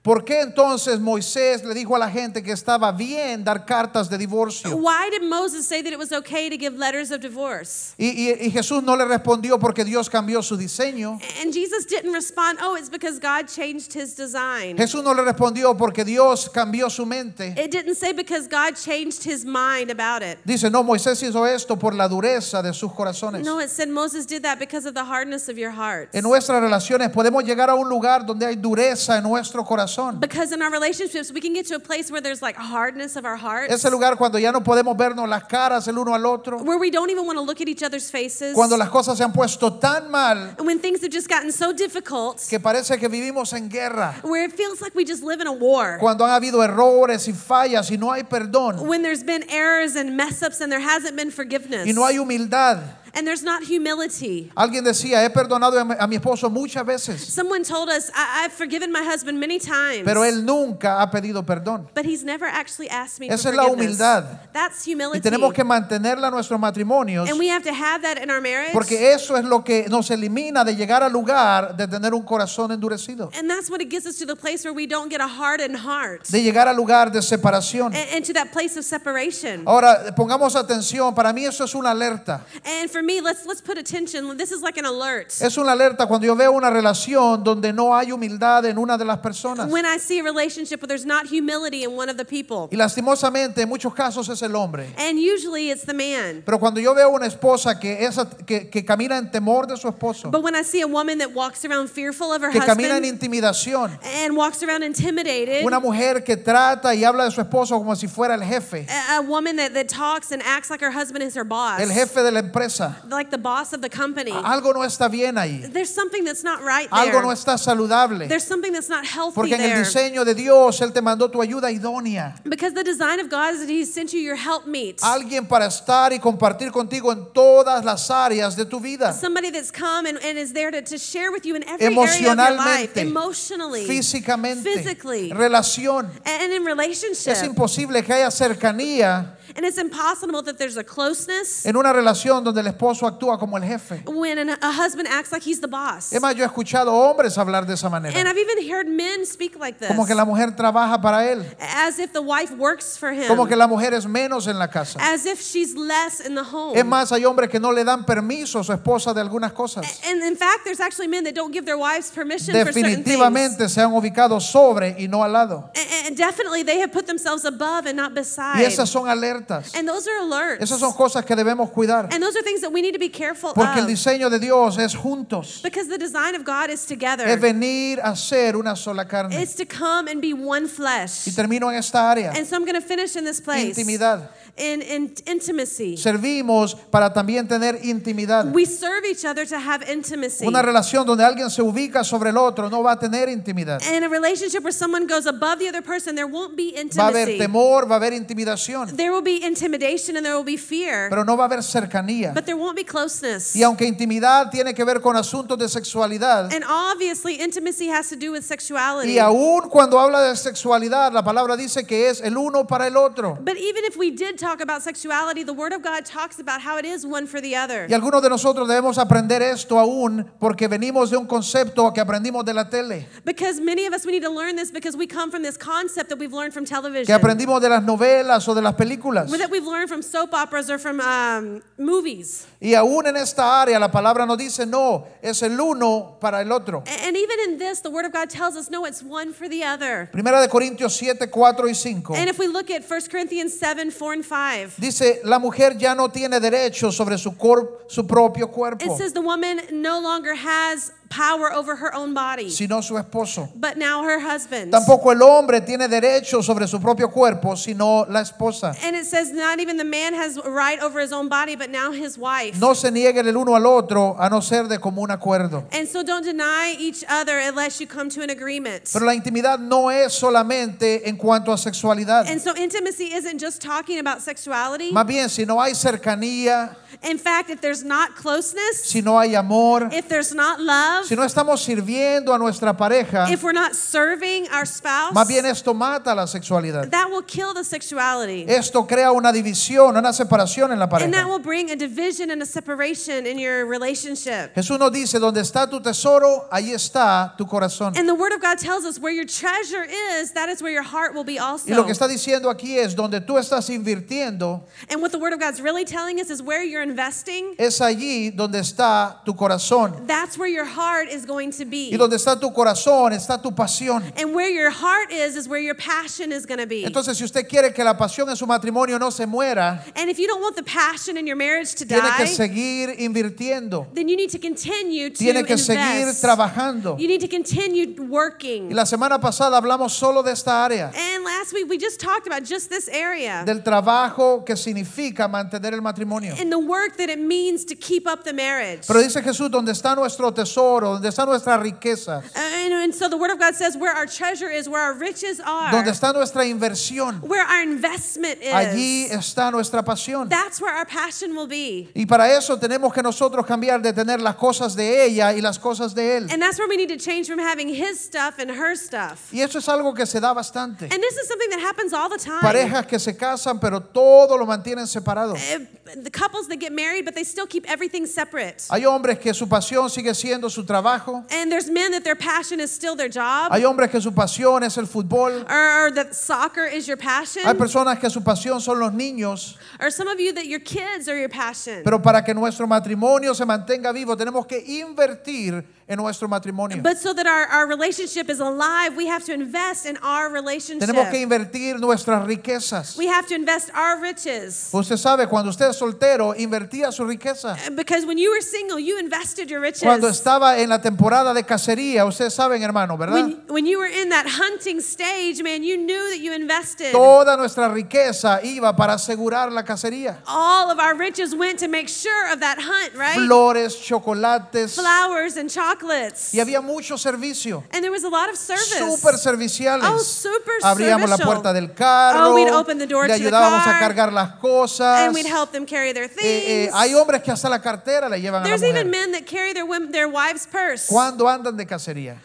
[SPEAKER 1] ¿por qué entonces Moisés le dijo a la gente que estaba bien dar cartas de divorcio?
[SPEAKER 2] why did Moses say that it was okay to give letters of divorce?
[SPEAKER 1] Y, y- y Jesús no le respondió porque Dios cambió su diseño.
[SPEAKER 2] And Jesus didn't respond, Oh, it's because God changed his design.
[SPEAKER 1] Jesús no le respondió porque Dios cambió su mente.
[SPEAKER 2] It didn't say because God changed his mind about it.
[SPEAKER 1] Dice, no, Moisés hizo esto por la dureza de sus corazones.
[SPEAKER 2] No, it said Moses did that because of the hardness of your hearts.
[SPEAKER 1] En nuestras relaciones podemos llegar a un lugar donde hay dureza en nuestro corazón.
[SPEAKER 2] Because in our relationships, we can get to a place where there's like hardness of our hearts,
[SPEAKER 1] Ese lugar cuando ya no podemos vernos las caras el uno al otro.
[SPEAKER 2] where we don't even want to look at each other's faces.
[SPEAKER 1] Cuando las cosas se han puesto tan mal
[SPEAKER 2] and when things have just gotten so difficult,
[SPEAKER 1] que parece que vivimos en guerra.
[SPEAKER 2] where it feels like we just live in a war.
[SPEAKER 1] Cuando han habido errores y fallas y no hay perdón
[SPEAKER 2] when there's been errors and mess ups and there hasn't been forgiveness.
[SPEAKER 1] y no hay humildad.
[SPEAKER 2] And there's not humility.
[SPEAKER 1] Alguien decía, he perdonado a mi- a mi esposo muchas veces,
[SPEAKER 2] Someone told us, I- I've forgiven my husband many times.
[SPEAKER 1] pero él nunca ha pedido perdón.
[SPEAKER 2] But he's never actually asked me
[SPEAKER 1] Esa
[SPEAKER 2] for
[SPEAKER 1] es la
[SPEAKER 2] forgiveness.
[SPEAKER 1] humildad.
[SPEAKER 2] That's humility.
[SPEAKER 1] Y tenemos que mantenerla en nuestros matrimonios,
[SPEAKER 2] Pues and we have to have that in our marriage.
[SPEAKER 1] porque eso es lo que nos elimina de llegar al lugar de tener un corazón endurecido,
[SPEAKER 2] and that's what it gets us to the place where we don't get a hardened heart
[SPEAKER 1] de llegar al lugar de separación.
[SPEAKER 2] and, and to that place of separation.
[SPEAKER 1] Ahora, pongamos atención, para mí eso es una alerta.
[SPEAKER 2] And for me, let's let's put attention. This is like an alert.
[SPEAKER 1] Es una alerta cuando yo veo una relación donde no hay humildad en una de las personas.
[SPEAKER 2] When I see a relationship where there's not humility in one of the people,
[SPEAKER 1] Y lastimosamente en muchos casos es el hombre.
[SPEAKER 2] and usually it's the man.
[SPEAKER 1] Pero cuando yo veo una esposa que, es at- que, que camina en temor de su esposo,
[SPEAKER 2] But when I see a woman that walks around fearful of her
[SPEAKER 1] que camina en
[SPEAKER 2] husband
[SPEAKER 1] intimidación,
[SPEAKER 2] and walks around intimidated,
[SPEAKER 1] una mujer que trata y habla de su esposo como si fuera el jefe,
[SPEAKER 2] a, a woman that, that talks and acts like her husband is her boss,
[SPEAKER 1] el jefe Ah, de la empresa,
[SPEAKER 2] like the boss of the company,
[SPEAKER 1] algo no está bien ahí,
[SPEAKER 2] there's something that's not right there.
[SPEAKER 1] algo no está saludable.
[SPEAKER 2] There's something that's not healthy
[SPEAKER 1] Porque en el
[SPEAKER 2] there.
[SPEAKER 1] diseño de Dios Él te mandó tu ayuda idónea.
[SPEAKER 2] because the design of God is that He sent you your helpmeet.
[SPEAKER 1] Alguien para estar y compartir contigo en todas las áreas de tu vida.
[SPEAKER 2] Somebody that's come and, and is there to, to share with you in every area of your life,
[SPEAKER 1] Emocionalmente,
[SPEAKER 2] emotionally,
[SPEAKER 1] físicamente,
[SPEAKER 2] physically,
[SPEAKER 1] relación.
[SPEAKER 2] and in relationship.
[SPEAKER 1] Es imposible que haya cercanía
[SPEAKER 2] and it's impossible that there's a closeness
[SPEAKER 1] en una relación donde el esposo actúa como el jefe.
[SPEAKER 2] when an, a husband acts like he's the boss.
[SPEAKER 1] Es más, yo he escuchado hombres hablar de esa
[SPEAKER 2] and
[SPEAKER 1] manera.
[SPEAKER 2] I've even heard men speak like this.
[SPEAKER 1] Como que la mujer trabaja para él.
[SPEAKER 2] as if the wife works for him.
[SPEAKER 1] Como que la mujer es menos en la casa.
[SPEAKER 2] as if she's less in the home.
[SPEAKER 1] Es más, hay hombres que no le dan permiso a su esposa de algunas cosas.
[SPEAKER 2] and in fact, there's actually men that don't give their wives permission for certain things.
[SPEAKER 1] Definitivamente se han ubicado sobre y no al lado.
[SPEAKER 2] And, and definitely, they have put themselves above and not
[SPEAKER 1] Y
[SPEAKER 2] beside.
[SPEAKER 1] esas son alertas.
[SPEAKER 2] and those are alerts.
[SPEAKER 1] Esas son cosas que debemos cuidar.
[SPEAKER 2] and ah, those are things that we need to be careful
[SPEAKER 1] Porque el
[SPEAKER 2] of.
[SPEAKER 1] diseño de Dios es juntos.
[SPEAKER 2] because the design of God is together.
[SPEAKER 1] Es venir a ser una sola carne.
[SPEAKER 2] It's to come and be one flesh.
[SPEAKER 1] Y termino en esta área.
[SPEAKER 2] And so I'm going to finish in this place.
[SPEAKER 1] Intimidad.
[SPEAKER 2] In, in intimacy.
[SPEAKER 1] Servimos para también tener intimidad.
[SPEAKER 2] We serve each other to have intimacy.
[SPEAKER 1] Una relación donde alguien se ubica sobre el otro no va a tener intimidad.
[SPEAKER 2] in a relationship where someone goes above the other person, there won't be
[SPEAKER 1] Va a haber
[SPEAKER 2] intimacy.
[SPEAKER 1] temor, va a haber intimidación,
[SPEAKER 2] there will be intimidation and there will be fear,
[SPEAKER 1] pero no va a haber cercanía.
[SPEAKER 2] but there won't be closeness.
[SPEAKER 1] Y aunque intimidad tiene que ver con asuntos de sexualidad,
[SPEAKER 2] and obviously, intimacy has to do with sexuality.
[SPEAKER 1] y aún cuando habla de sexualidad, la palabra dice que es el uno para el otro.
[SPEAKER 2] But even if we did talk about sexuality, the Word of God talks about how it is one for the other.
[SPEAKER 1] Y algunos de nosotros debemos aprender esto aún porque venimos de un concepto que aprendimos de la tele,
[SPEAKER 2] Because many of us, we need to learn this because we come from this concept that we've learned from television.
[SPEAKER 1] que aprendimos de las novelas o de las películas.
[SPEAKER 2] Or that we've learned from soap operas or from um, movies.
[SPEAKER 1] Y aún en esta área la palabra nos dice, no, es el uno para el otro.
[SPEAKER 2] A- And even in this, the Word of God tells us no, it's one for the other.
[SPEAKER 1] Primera de Corintios 7, 4 y 5.
[SPEAKER 2] And if we look at 1 Corinthians 7 4 and 5,
[SPEAKER 1] Dice, la mujer ya no tiene derecho sobre su, cor- su propio
[SPEAKER 2] it
[SPEAKER 1] cuerpo,
[SPEAKER 2] says the woman no longer has power over her own body,
[SPEAKER 1] sino su esposo.
[SPEAKER 2] but now her husband.
[SPEAKER 1] Tampoco el hombre tiene derecho sobre su propio cuerpo, sino la esposa.
[SPEAKER 2] And it says not even the man has right over his own body, but now his wife.
[SPEAKER 1] No se nieguen el uno al otro a no ser de común acuerdo.
[SPEAKER 2] And so don't deny each other unless you come to an agreement.
[SPEAKER 1] Pero la intimidad no es solamente en cuanto a sexualidad.
[SPEAKER 2] And so intimacy isn't just talking about sexuality.
[SPEAKER 1] Más bien, si no hay cercanía,
[SPEAKER 2] In fact, if there's not closeness,
[SPEAKER 1] si no hay amor,
[SPEAKER 2] if there's not love,
[SPEAKER 1] si no estamos sirviendo a nuestra pareja,
[SPEAKER 2] if we're not serving our spouse,
[SPEAKER 1] más bien esto mata la sexualidad.
[SPEAKER 2] that will kill the sexuality.
[SPEAKER 1] Esto crea una división, una separación en la
[SPEAKER 2] And that
[SPEAKER 1] pareja.
[SPEAKER 2] will bring a division and a separation in your relationship.
[SPEAKER 1] Jesús nos dice, donde está tu tesoro, ahí está tu corazón.
[SPEAKER 2] And the Word of God tells us where your treasure is, that is where your heart will be
[SPEAKER 1] Y lo
[SPEAKER 2] also.
[SPEAKER 1] que está diciendo aquí es, donde tú estás invirtiendo,
[SPEAKER 2] And what the Word of God's really telling us is where you're investing,
[SPEAKER 1] es allí donde está tu corazón.
[SPEAKER 2] that's where your heart is going to
[SPEAKER 1] Y
[SPEAKER 2] be.
[SPEAKER 1] donde está tu corazón, está tu pasión.
[SPEAKER 2] And where your heart is, is where your passion is going to be.
[SPEAKER 1] Entonces, si usted quiere que la pasión en su matrimonio no se muera,
[SPEAKER 2] And if you don't want the passion in your marriage to
[SPEAKER 1] tiene que
[SPEAKER 2] die,
[SPEAKER 1] seguir invirtiendo.
[SPEAKER 2] then you need to continue to
[SPEAKER 1] Tiene que seguir
[SPEAKER 2] invest.
[SPEAKER 1] trabajando.
[SPEAKER 2] You need to continue
[SPEAKER 1] Y
[SPEAKER 2] working.
[SPEAKER 1] la semana pasada hablamos solo de esta área,
[SPEAKER 2] And last week we just talked about just this area
[SPEAKER 1] del trabajo que significa mantener el matrimonio.
[SPEAKER 2] and the work work that it means to keep up the marriage.
[SPEAKER 1] Pero dice Jesús, donde está nuestro tesoro, donde está nuestra riqueza,
[SPEAKER 2] Uh, And, and so the Word of God says where our treasure is, where our riches are,
[SPEAKER 1] donde está nuestra inversión,
[SPEAKER 2] where our investment is,
[SPEAKER 1] allí está nuestra pasión.
[SPEAKER 2] that's where our passion will be.
[SPEAKER 1] Y para eso tenemos que nosotros cambiar de tener las cosas de ella y las cosas de él.
[SPEAKER 2] And that's where we need to change from having his stuff and her stuff.
[SPEAKER 1] Y eso es algo que se da bastante.
[SPEAKER 2] And this is something that happens all the time.
[SPEAKER 1] Parejas que se casan, pero todo lo mantienen separado.
[SPEAKER 2] Uh, the couples that get married, but they still keep everything separate.
[SPEAKER 1] Hay hombres que su pasión sigue siendo su trabajo.
[SPEAKER 2] And there's men that their passion is still their job,
[SPEAKER 1] Hay hombres que su pasión es el fútbol.
[SPEAKER 2] or, or that soccer is your passion,
[SPEAKER 1] Hay personas que su pasión son los niños.
[SPEAKER 2] or some of you that your kids are your passion.
[SPEAKER 1] Pero para que nuestro matrimonio se mantenga vivo, tenemos que invertir en nuestro matrimonio.
[SPEAKER 2] But so that our, our relationship is alive, we have to invest in our relationship.
[SPEAKER 1] Tenemos que invertir nuestras riquezas.
[SPEAKER 2] We have to invest our riches.
[SPEAKER 1] Usted sabe, cuando usted es soltero, invertía su riqueza.
[SPEAKER 2] Because when you were single, you invested your riches.
[SPEAKER 1] Cuando estaba en la temporada de cacería, ustedes saben, hermano, ¿verdad?
[SPEAKER 2] when, when you were in that hunting stage, man, you knew that you invested.
[SPEAKER 1] Toda nuestra riqueza iba para asegurar la cacería.
[SPEAKER 2] All of our riches went to make sure of that hunt, right?
[SPEAKER 1] Flores, chocolates.
[SPEAKER 2] Flowers and chocolates.
[SPEAKER 1] Y había mucho servicio.
[SPEAKER 2] And there was a lot of service.
[SPEAKER 1] Super serviciales.
[SPEAKER 2] Oh, super
[SPEAKER 1] Abríamos la
[SPEAKER 2] servicial.
[SPEAKER 1] puerta del carro.
[SPEAKER 2] Oh, we'd open the door
[SPEAKER 1] le
[SPEAKER 2] to the
[SPEAKER 1] ayudábamos a
[SPEAKER 2] car.
[SPEAKER 1] cargar las cosas.
[SPEAKER 2] and we'd help them carry their things.
[SPEAKER 1] Eh, eh, hay hombres que hasta la cartera le llevan
[SPEAKER 2] There's
[SPEAKER 1] a la
[SPEAKER 2] even
[SPEAKER 1] mujer.
[SPEAKER 2] men that carry their wom- their wives' purse
[SPEAKER 1] Cuando andan de cacería.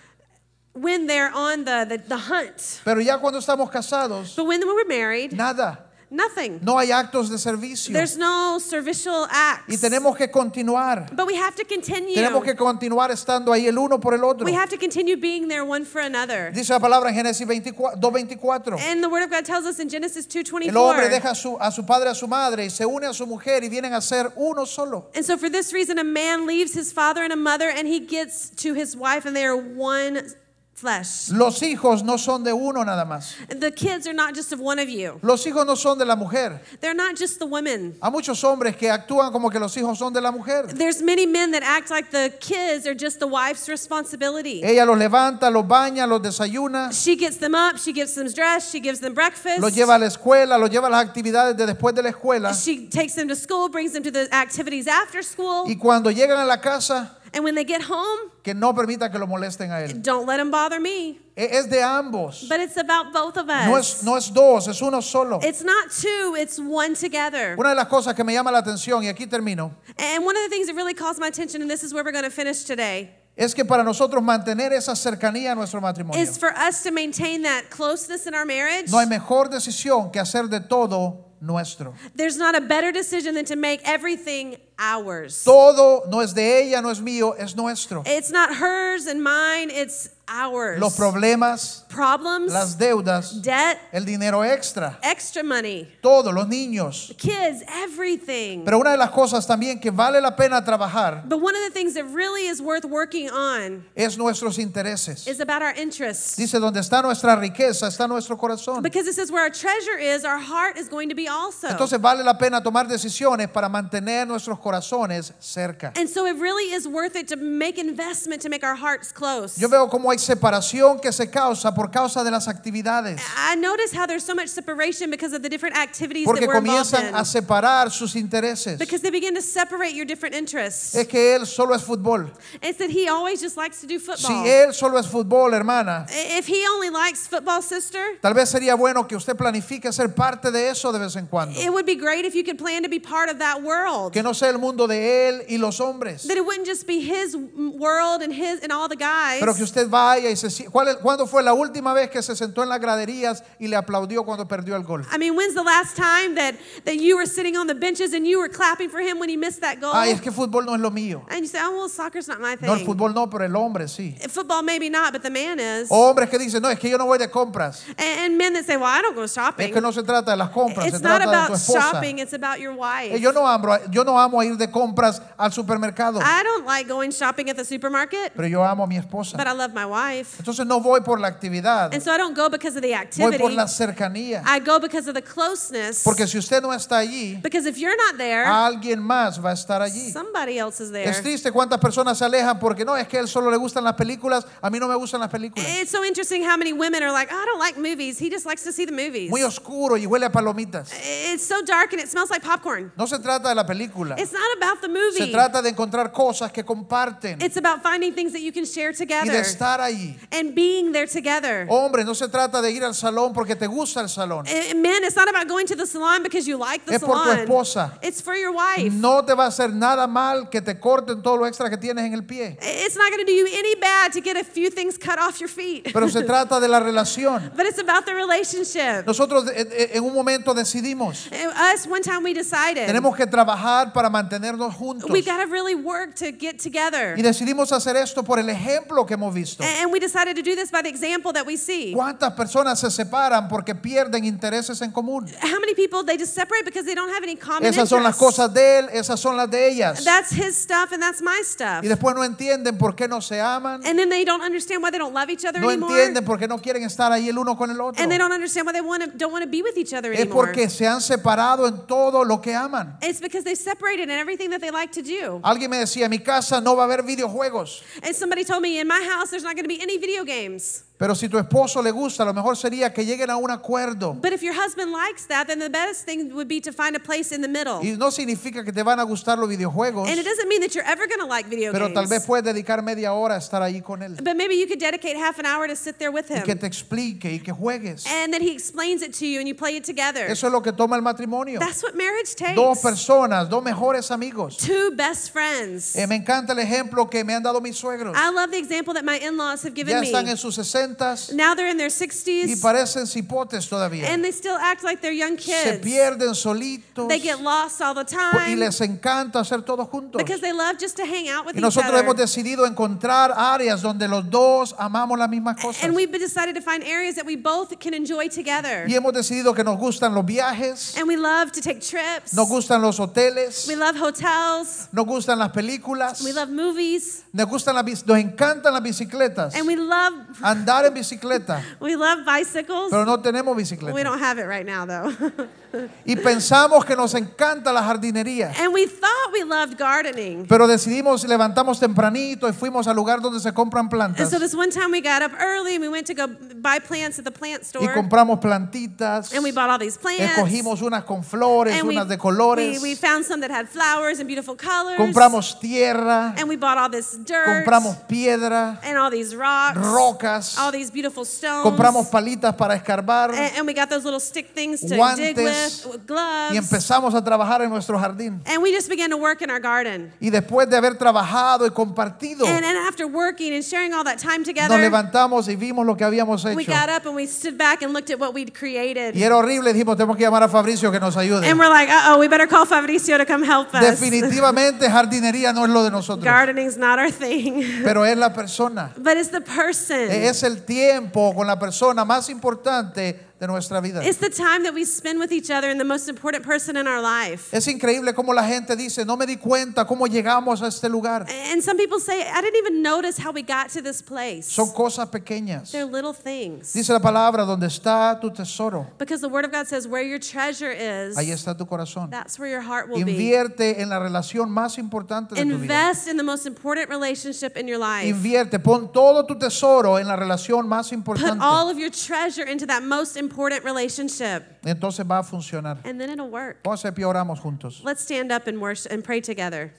[SPEAKER 2] when they're on the, the, the hunt.
[SPEAKER 1] Pero ya cuando estamos casados,
[SPEAKER 2] But when we were married,
[SPEAKER 1] nada.
[SPEAKER 2] nothing.
[SPEAKER 1] No hay actos de servicio.
[SPEAKER 2] There's no servicial
[SPEAKER 1] Y
[SPEAKER 2] acts.
[SPEAKER 1] tenemos que continuar.
[SPEAKER 2] But we have to continue.
[SPEAKER 1] Tenemos que continuar estando ahí el uno por el otro.
[SPEAKER 2] We have to continue being there one for another.
[SPEAKER 1] Dice la palabra en Génesis 24 2.24.
[SPEAKER 2] And the Word of God tells us in Genesis
[SPEAKER 1] El hombre
[SPEAKER 2] 2.24.
[SPEAKER 1] deja a su, a su padre, a su madre y se une a su mujer y vienen a ser uno solo.
[SPEAKER 2] And so for this reason, a man leaves his father and a mother and he gets to his wife and they are one flesh.
[SPEAKER 1] Los hijos no son de uno nada más.
[SPEAKER 2] The kids are not just of one of you.
[SPEAKER 1] Los hijos no son de la mujer.
[SPEAKER 2] They're not just the women.
[SPEAKER 1] Hay muchos hombres que actúan como que los hijos son de la mujer.
[SPEAKER 2] There's many men that act like the kids are just the wife's responsibility.
[SPEAKER 1] Ella los levanta, los baña, los desayuna,
[SPEAKER 2] She gets them up, she gives them dress, she gives them breakfast.
[SPEAKER 1] los lleva a la escuela, los lleva a las actividades de después de la escuela.
[SPEAKER 2] She takes them to school, brings them to the activities after school.
[SPEAKER 1] Y cuando llegan a la casa,
[SPEAKER 2] And when they get home,
[SPEAKER 1] que no permita que lo molesten a él.
[SPEAKER 2] don't let them bother me.
[SPEAKER 1] E- Es de ambos.
[SPEAKER 2] But it's about both of us.
[SPEAKER 1] No es, no es dos, es uno solo.
[SPEAKER 2] It's not two, it's one together.
[SPEAKER 1] Una de las cosas que me llama la atención, y aquí termino,
[SPEAKER 2] And one of the things that really calls my attention, and this is where we're going to finish today,
[SPEAKER 1] es que para nosotros mantener esa cercanía a nuestro matrimonio,
[SPEAKER 2] is for us to maintain that closeness in our marriage.
[SPEAKER 1] no hay mejor decisión que hacer de todo nuestro.
[SPEAKER 2] There's not a better decision than to make everything ours.
[SPEAKER 1] Todo no es de ella, no es mío, es nuestro.
[SPEAKER 2] It's not hers and mine, it's ours.
[SPEAKER 1] Los problemas,
[SPEAKER 2] Problems,
[SPEAKER 1] las deudas,
[SPEAKER 2] debt,
[SPEAKER 1] el dinero extra,
[SPEAKER 2] extra money,
[SPEAKER 1] todos los niños.
[SPEAKER 2] kids, everything.
[SPEAKER 1] Pero una de las cosas también que vale la pena trabajar
[SPEAKER 2] but one of the things that really is worth working on
[SPEAKER 1] es nuestros intereses.
[SPEAKER 2] is about our interests.
[SPEAKER 1] Dice, donde está nuestra riqueza, está nuestro corazón.
[SPEAKER 2] Because it says where our treasure is, our heart is going to be also.
[SPEAKER 1] Entonces vale la pena tomar decisiones para mantener nuestros corazones cerca.
[SPEAKER 2] and so it really is worth it to make investment to make our hearts close.
[SPEAKER 1] Yo veo cómo hay separación que se causa por causa de las actividades.
[SPEAKER 2] I notice how there's so much separation because of the different activities
[SPEAKER 1] Porque
[SPEAKER 2] that we're involved
[SPEAKER 1] comienzan a
[SPEAKER 2] in.
[SPEAKER 1] separar sus intereses.
[SPEAKER 2] Because they begin to separate your different interests.
[SPEAKER 1] Es que él solo es fútbol.
[SPEAKER 2] It's that he always just likes to do
[SPEAKER 1] Si
[SPEAKER 2] football.
[SPEAKER 1] él solo es fútbol, hermana,
[SPEAKER 2] I- If he only likes football, sister,
[SPEAKER 1] tal vez sería bueno que usted planifique ser parte de eso de vez en cuando.
[SPEAKER 2] it would be great if you could plan to be part of that world.
[SPEAKER 1] Que no sea el mundo de él y los hombres.
[SPEAKER 2] That it wouldn't just be his m- world and his and all the guys.
[SPEAKER 1] Pero que usted vaya y se... si- ¿Cuál es- ¿Cuándo fue la última vez que se sentó en las graderías y le aplaudió cuando perdió el gol?
[SPEAKER 2] I mean, when's the last time that, that you were sitting on the benches and you were clapping for him when he missed that goal?
[SPEAKER 1] Ay, es que fútbol no es lo mío.
[SPEAKER 2] and you say, oh, well, soccer's not my thing.
[SPEAKER 1] No, el fútbol no, pero el hombre sí.
[SPEAKER 2] Football, maybe not, but the man is.
[SPEAKER 1] Hombres que dicen, no, es que yo no voy de compras.
[SPEAKER 2] And, and men that say, well, I don't go
[SPEAKER 1] Es
[SPEAKER 2] shopping.
[SPEAKER 1] que no se trata de las compras, se
[SPEAKER 2] it's not
[SPEAKER 1] trata de tu
[SPEAKER 2] about
[SPEAKER 1] esposa.
[SPEAKER 2] shopping, it's about your wife.
[SPEAKER 1] Eh, Yo no, amo, yo no amo ir de compras al supermercado,
[SPEAKER 2] I don't like going shopping at the supermarket,
[SPEAKER 1] pero yo amo a mi esposa.
[SPEAKER 2] but I love my wife.
[SPEAKER 1] Entonces no voy por la actividad,
[SPEAKER 2] And so I don't go because of the
[SPEAKER 1] uh, voy
[SPEAKER 2] activity.
[SPEAKER 1] por la cercanía.
[SPEAKER 2] I go because of the closeness.
[SPEAKER 1] Porque Ah, si usted no está allí,
[SPEAKER 2] because if you're not there,
[SPEAKER 1] alguien más va a estar allí.
[SPEAKER 2] somebody else is there.
[SPEAKER 1] Es triste cuántas personas se alejan porque no, es que a él solo le gustan las películas, a mí no me gustan las películas.
[SPEAKER 2] It's so interesting how many women are like, "Oh, I don't like movies. He just likes to see the movies.
[SPEAKER 1] Muy oscuro y huele a palomitas.
[SPEAKER 2] It's so dark and it smells like popcorn.
[SPEAKER 1] No se trata de la película.
[SPEAKER 2] It's not about the
[SPEAKER 1] Se
[SPEAKER 2] movie.
[SPEAKER 1] trata de encontrar cosas que comparten
[SPEAKER 2] It's about finding things that you can share
[SPEAKER 1] y de
[SPEAKER 2] together
[SPEAKER 1] estar Oh. allí.
[SPEAKER 2] and being there together.
[SPEAKER 1] Hombre, no se trata de ir al salón porque te gusta el salón.
[SPEAKER 2] And men, Eh, it's not about going to the salon because you like the
[SPEAKER 1] Es por tu
[SPEAKER 2] salon.
[SPEAKER 1] esposa. Mm.
[SPEAKER 2] It's for your wife.
[SPEAKER 1] No te va a hacer nada mal que te corten todo lo extra que tienes en el pie.
[SPEAKER 2] It's not going to do you any bad to get a few things cut off your feet.
[SPEAKER 1] Pero se trata de la relación.
[SPEAKER 2] But it's about the relationship.
[SPEAKER 1] Nosotros eh, eh, en un momento decidimos,
[SPEAKER 2] And Us, one time we decided
[SPEAKER 1] tenemos que trabajar para mantenernos juntos.
[SPEAKER 2] we got to really work to get together.
[SPEAKER 1] Y decidimos hacer esto por el ejemplo que hemos visto.
[SPEAKER 2] A- And we decided to do this by the example that we see.
[SPEAKER 1] ¿Cuántas personas se separan porque pierden intereses en común?
[SPEAKER 2] How many people they just separate because they don't have any common
[SPEAKER 1] Esas son las
[SPEAKER 2] interests.
[SPEAKER 1] cosas de él, esas son las de ellas.
[SPEAKER 2] That's his stuff and that's my stuff.
[SPEAKER 1] Y después no entienden por qué no se aman,
[SPEAKER 2] And then they don't understand why they don't love each other
[SPEAKER 1] no
[SPEAKER 2] anymore.
[SPEAKER 1] entienden por qué no quieren estar ahí el uno con el otro.
[SPEAKER 2] And they don't understand why they want to, don't want to be with each other
[SPEAKER 1] Es
[SPEAKER 2] anymore.
[SPEAKER 1] porque se han separado en todo lo que aman.
[SPEAKER 2] It's because they separated in everything that they like to do.
[SPEAKER 1] Alguien me decía, en mi casa no va a haber videojuegos,
[SPEAKER 2] And somebody told me in my house there's not going to be any video games.
[SPEAKER 1] pero si tu esposo le gusta, lo mejor sería que lleguen a un acuerdo.
[SPEAKER 2] But if your husband likes that, then the best thing would be to find a place in the middle.
[SPEAKER 1] Y no significa que te van a gustar los videojuegos,
[SPEAKER 2] And it doesn't mean that you're ever going to like video
[SPEAKER 1] pero
[SPEAKER 2] games.
[SPEAKER 1] tal vez puedes dedicar media hora a estar ahí con él
[SPEAKER 2] But maybe you could dedicate half an hour to sit there with
[SPEAKER 1] y que
[SPEAKER 2] him.
[SPEAKER 1] te explique y que juegues.
[SPEAKER 2] And then he explains it to you and you play it together.
[SPEAKER 1] Eso es lo que toma el matrimonio.
[SPEAKER 2] That's what marriage
[SPEAKER 1] Dos
[SPEAKER 2] takes.
[SPEAKER 1] personas, dos mejores amigos.
[SPEAKER 2] Two best friends.
[SPEAKER 1] Eh, me encanta el ejemplo que me han dado mis suegros.
[SPEAKER 2] I love the example that my in-laws have given
[SPEAKER 1] Ya están
[SPEAKER 2] Ah, me.
[SPEAKER 1] en sus sesentas
[SPEAKER 2] Now they're in their
[SPEAKER 1] y
[SPEAKER 2] 60s
[SPEAKER 1] parecen cipotes todavía.
[SPEAKER 2] and they still act like they're young
[SPEAKER 1] Se
[SPEAKER 2] kids.
[SPEAKER 1] pierden solitos
[SPEAKER 2] They get lost all the
[SPEAKER 1] Pues, y
[SPEAKER 2] time
[SPEAKER 1] les encanta hacer todos juntos.
[SPEAKER 2] because they love just to hang out with
[SPEAKER 1] Y
[SPEAKER 2] each
[SPEAKER 1] nosotros hemos
[SPEAKER 2] other.
[SPEAKER 1] decidido encontrar áreas donde los dos amamos las mismas cosas.
[SPEAKER 2] And we've been decided to find areas that we both can enjoy together.
[SPEAKER 1] Y hemos decidido que nos gustan los viajes,
[SPEAKER 2] And we love to take trips.
[SPEAKER 1] nos gustan los hoteles,
[SPEAKER 2] We love hotels.
[SPEAKER 1] nos gustan las películas,
[SPEAKER 2] We love movies.
[SPEAKER 1] nos, gustan las bici- nos encantan las bicicletas,
[SPEAKER 2] And we love
[SPEAKER 1] andar en bicicleta.
[SPEAKER 2] we love bicycles.
[SPEAKER 1] Pero no tenemos
[SPEAKER 2] We
[SPEAKER 1] bicicleta.
[SPEAKER 2] don't have it right now though.
[SPEAKER 1] Y pensamos que nos encanta la jardinería.
[SPEAKER 2] and we thought we loved gardening.
[SPEAKER 1] Pero decidimos, levantamos tempranito y fuimos al lugar donde se compran
[SPEAKER 2] And
[SPEAKER 1] plantas.
[SPEAKER 2] so this one time we got up early and we went to go buy plants at the plant
[SPEAKER 1] Y
[SPEAKER 2] store.
[SPEAKER 1] compramos plantitas.
[SPEAKER 2] and we bought all these plants.
[SPEAKER 1] Escogimos unas con flores,
[SPEAKER 2] and we,
[SPEAKER 1] unas de colores.
[SPEAKER 2] we, we found some that had flowers and beautiful colors.
[SPEAKER 1] compramos tierra,
[SPEAKER 2] and we bought all this dirt
[SPEAKER 1] compramos piedra,
[SPEAKER 2] and all these rocks,
[SPEAKER 1] rocas,
[SPEAKER 2] all these beautiful stones.
[SPEAKER 1] compramos palitas para escarbar
[SPEAKER 2] and, and we got those little stick things to dig
[SPEAKER 1] Guantes.
[SPEAKER 2] with, with gloves.
[SPEAKER 1] y empezamos a trabajar en nuestro jardín.
[SPEAKER 2] and we just began to work in our garden.
[SPEAKER 1] Y después de haber trabajado y compartido,
[SPEAKER 2] And, and after working and sharing all that time
[SPEAKER 1] nos
[SPEAKER 2] together,
[SPEAKER 1] levantamos y vimos lo que habíamos
[SPEAKER 2] we
[SPEAKER 1] hecho.
[SPEAKER 2] got up and we stood back and looked at what we'd created.
[SPEAKER 1] Y era horrible, dijimos, tenemos que llamar a Fabricio que nos ayude.
[SPEAKER 2] And we're like, uh oh, we better call Fabricio to come help us.
[SPEAKER 1] Definitivamente jardinería no es lo de nosotros,
[SPEAKER 2] Gardening's not our thing,
[SPEAKER 1] pero es la persona.
[SPEAKER 2] but it's the person.
[SPEAKER 1] Es el tiempo con la persona más importante de nuestra vida.
[SPEAKER 2] It's the time that we spend with each other and the most important person in our life.
[SPEAKER 1] Es increíble cómo la gente dice, no me di cuenta cómo llegamos a este lugar.
[SPEAKER 2] And some people say, I didn't even notice how we got to this place.
[SPEAKER 1] Son cosas pequeñas.
[SPEAKER 2] They're little things.
[SPEAKER 1] Dice la palabra, donde está tu tesoro,
[SPEAKER 2] Because the Word of God says, where your treasure is,
[SPEAKER 1] ahí está tu corazón.
[SPEAKER 2] that's where your heart will be.
[SPEAKER 1] Invierte en la relación más importante de tu vida.
[SPEAKER 2] Invest in the most important relationship in your life.
[SPEAKER 1] Invierte, pon todo tu tesoro en la relación más
[SPEAKER 2] Put
[SPEAKER 1] importante.
[SPEAKER 2] all of your treasure into that most important relationship,
[SPEAKER 1] Entonces va a funcionar.
[SPEAKER 2] and then it'll work.
[SPEAKER 1] Vamos a oramos juntos.
[SPEAKER 2] Let's stand up and worship and pray together.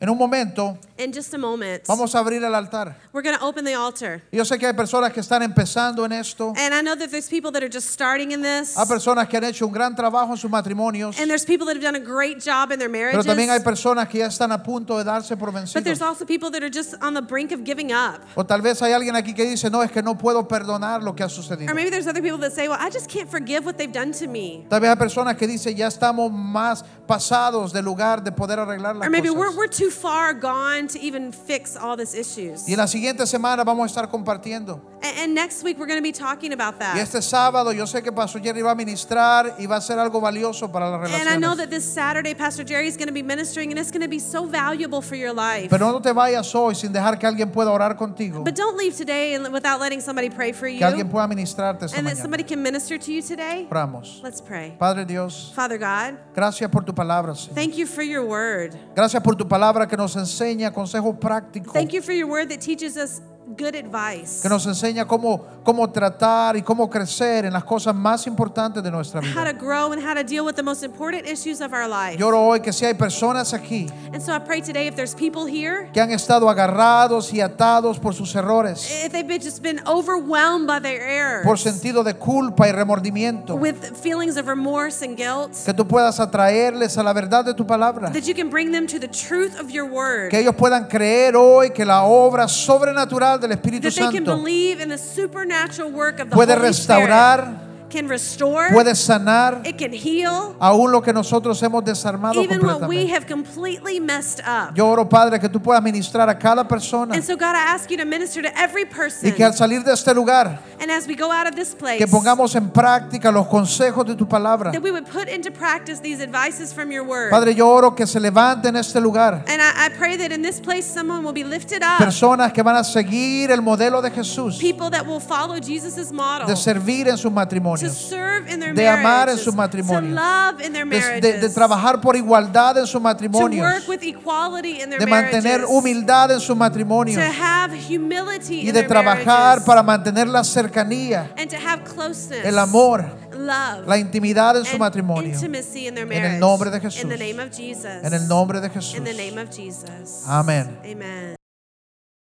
[SPEAKER 1] En un momento,
[SPEAKER 2] In just a moment,
[SPEAKER 1] vamos a abrir el altar.
[SPEAKER 2] we're going to open the altar.
[SPEAKER 1] Yo sé que hay personas que están empezando en esto.
[SPEAKER 2] And I know that there's people that are just starting in this.
[SPEAKER 1] Hay personas que han hecho un gran trabajo en sus matrimonios,
[SPEAKER 2] And there's people that have done a great job in their
[SPEAKER 1] pero
[SPEAKER 2] marriages.
[SPEAKER 1] también hay personas que ya están a punto de darse por
[SPEAKER 2] but there's
[SPEAKER 1] vencidos.
[SPEAKER 2] also people that are just on the brink of giving up.
[SPEAKER 1] O tal vez hay alguien aquí que dice, no, es que no puedo perdonar lo que ha
[SPEAKER 2] Or
[SPEAKER 1] sucedido.
[SPEAKER 2] maybe there's other people that say, well, I just can't forgive what they've done to me.
[SPEAKER 1] Tal vez hay personas que dicen, ya estamos más pasados del lugar de poder arreglar las
[SPEAKER 2] Or maybe we're,
[SPEAKER 1] cosas.
[SPEAKER 2] we're too far gone to even fix all this issues.
[SPEAKER 1] Y en la siguiente semana vamos a estar compartiendo.
[SPEAKER 2] and, and next week, we're going to be talking about
[SPEAKER 1] Y
[SPEAKER 2] that.
[SPEAKER 1] este sábado yo sé que Pastor Jerry va a ministrar y va a ser algo valioso para las
[SPEAKER 2] And I know
[SPEAKER 1] relaciones.
[SPEAKER 2] that this Saturday, Pastor Jerry is going to be ministering, and it's going to be so valuable for your life.
[SPEAKER 1] Pero no te vayas hoy sin dejar que alguien pueda orar contigo,
[SPEAKER 2] but don't leave today and- without letting somebody pray for
[SPEAKER 1] que
[SPEAKER 2] you
[SPEAKER 1] alguien pueda ministrarte esta
[SPEAKER 2] and that
[SPEAKER 1] mañana.
[SPEAKER 2] somebody can minister to you today.
[SPEAKER 1] Oramos.
[SPEAKER 2] Let's pray.
[SPEAKER 1] Padre Dios.
[SPEAKER 2] Father God,
[SPEAKER 1] Gracias por tu palabra, Señor.
[SPEAKER 2] thank you for your word.
[SPEAKER 1] Gracias por tu palabra que nos enseña consejos prácticos
[SPEAKER 2] Thank you for your word that teaches us good advice.
[SPEAKER 1] que nos enseña cómo, cómo tratar y cómo crecer en las cosas más importantes de nuestra
[SPEAKER 2] How
[SPEAKER 1] vida.
[SPEAKER 2] to grow and how to deal with the most important issues of our life.
[SPEAKER 1] Yo oro hoy que si hay personas aquí
[SPEAKER 2] And so I pray today if there's people here,
[SPEAKER 1] que han estado agarrados y atados por sus errores,
[SPEAKER 2] if they've been just been overwhelmed by their
[SPEAKER 1] por
[SPEAKER 2] errors,
[SPEAKER 1] sentido de culpa y remordimiento,
[SPEAKER 2] with feelings of remorse and guilt,
[SPEAKER 1] que tú puedas atraerles a la verdad de tu palabra,
[SPEAKER 2] that you can bring them to the truth of your word,
[SPEAKER 1] que ellos puedan creer hoy que la obra sobrenatural del Espíritu
[SPEAKER 2] that they can
[SPEAKER 1] Santo
[SPEAKER 2] believe in the supernatural work of the
[SPEAKER 1] puede
[SPEAKER 2] Holy
[SPEAKER 1] restaurar,
[SPEAKER 2] Spirit, can restore,
[SPEAKER 1] puede sanar
[SPEAKER 2] it can heal,
[SPEAKER 1] aún lo que nosotros hemos desarmado
[SPEAKER 2] even what we
[SPEAKER 1] completamente.
[SPEAKER 2] have completely messed up.
[SPEAKER 1] Yo oro, Padre, que tú puedas ministrar a cada persona
[SPEAKER 2] And so, God, I ask you to minister to every person.
[SPEAKER 1] y que al salir de este lugar,
[SPEAKER 2] and as we go out of this place,
[SPEAKER 1] que pongamos en práctica los consejos de tu palabra.
[SPEAKER 2] that we would put into practice these advices from your word.
[SPEAKER 1] Padre, yo oro que se levante en este lugar
[SPEAKER 2] and I, I pray that in this place, someone will be lifted up.
[SPEAKER 1] personas que van a seguir el modelo de Jesús,
[SPEAKER 2] people that will follow Jesus' model.
[SPEAKER 1] de servir en sus
[SPEAKER 2] to
[SPEAKER 1] matrimonios,
[SPEAKER 2] serve in their
[SPEAKER 1] de
[SPEAKER 2] marriages.
[SPEAKER 1] amar en sus
[SPEAKER 2] To
[SPEAKER 1] matrimonios,
[SPEAKER 2] love in their
[SPEAKER 1] de, de-
[SPEAKER 2] marriages.
[SPEAKER 1] de trabajar por igualdad en sus
[SPEAKER 2] to
[SPEAKER 1] matrimonios,
[SPEAKER 2] work with equality in their
[SPEAKER 1] de mantener
[SPEAKER 2] marriages.
[SPEAKER 1] humildad en sus matrimonios
[SPEAKER 2] To have humility
[SPEAKER 1] y
[SPEAKER 2] in
[SPEAKER 1] de
[SPEAKER 2] their
[SPEAKER 1] trabajar
[SPEAKER 2] marriages.
[SPEAKER 1] para mantener la cercanía,
[SPEAKER 2] and to have closeness.
[SPEAKER 1] el amor,
[SPEAKER 2] Love.
[SPEAKER 1] la intimidad en su
[SPEAKER 2] and
[SPEAKER 1] matrimonio.
[SPEAKER 2] Intimacy in their
[SPEAKER 1] el
[SPEAKER 2] marriage.
[SPEAKER 1] nombre de
[SPEAKER 2] In the
[SPEAKER 1] Jesús.
[SPEAKER 2] name of Jesus.
[SPEAKER 1] En el nombre de Jesús.
[SPEAKER 2] In the name of Jesus.
[SPEAKER 1] Amén.
[SPEAKER 2] Amen.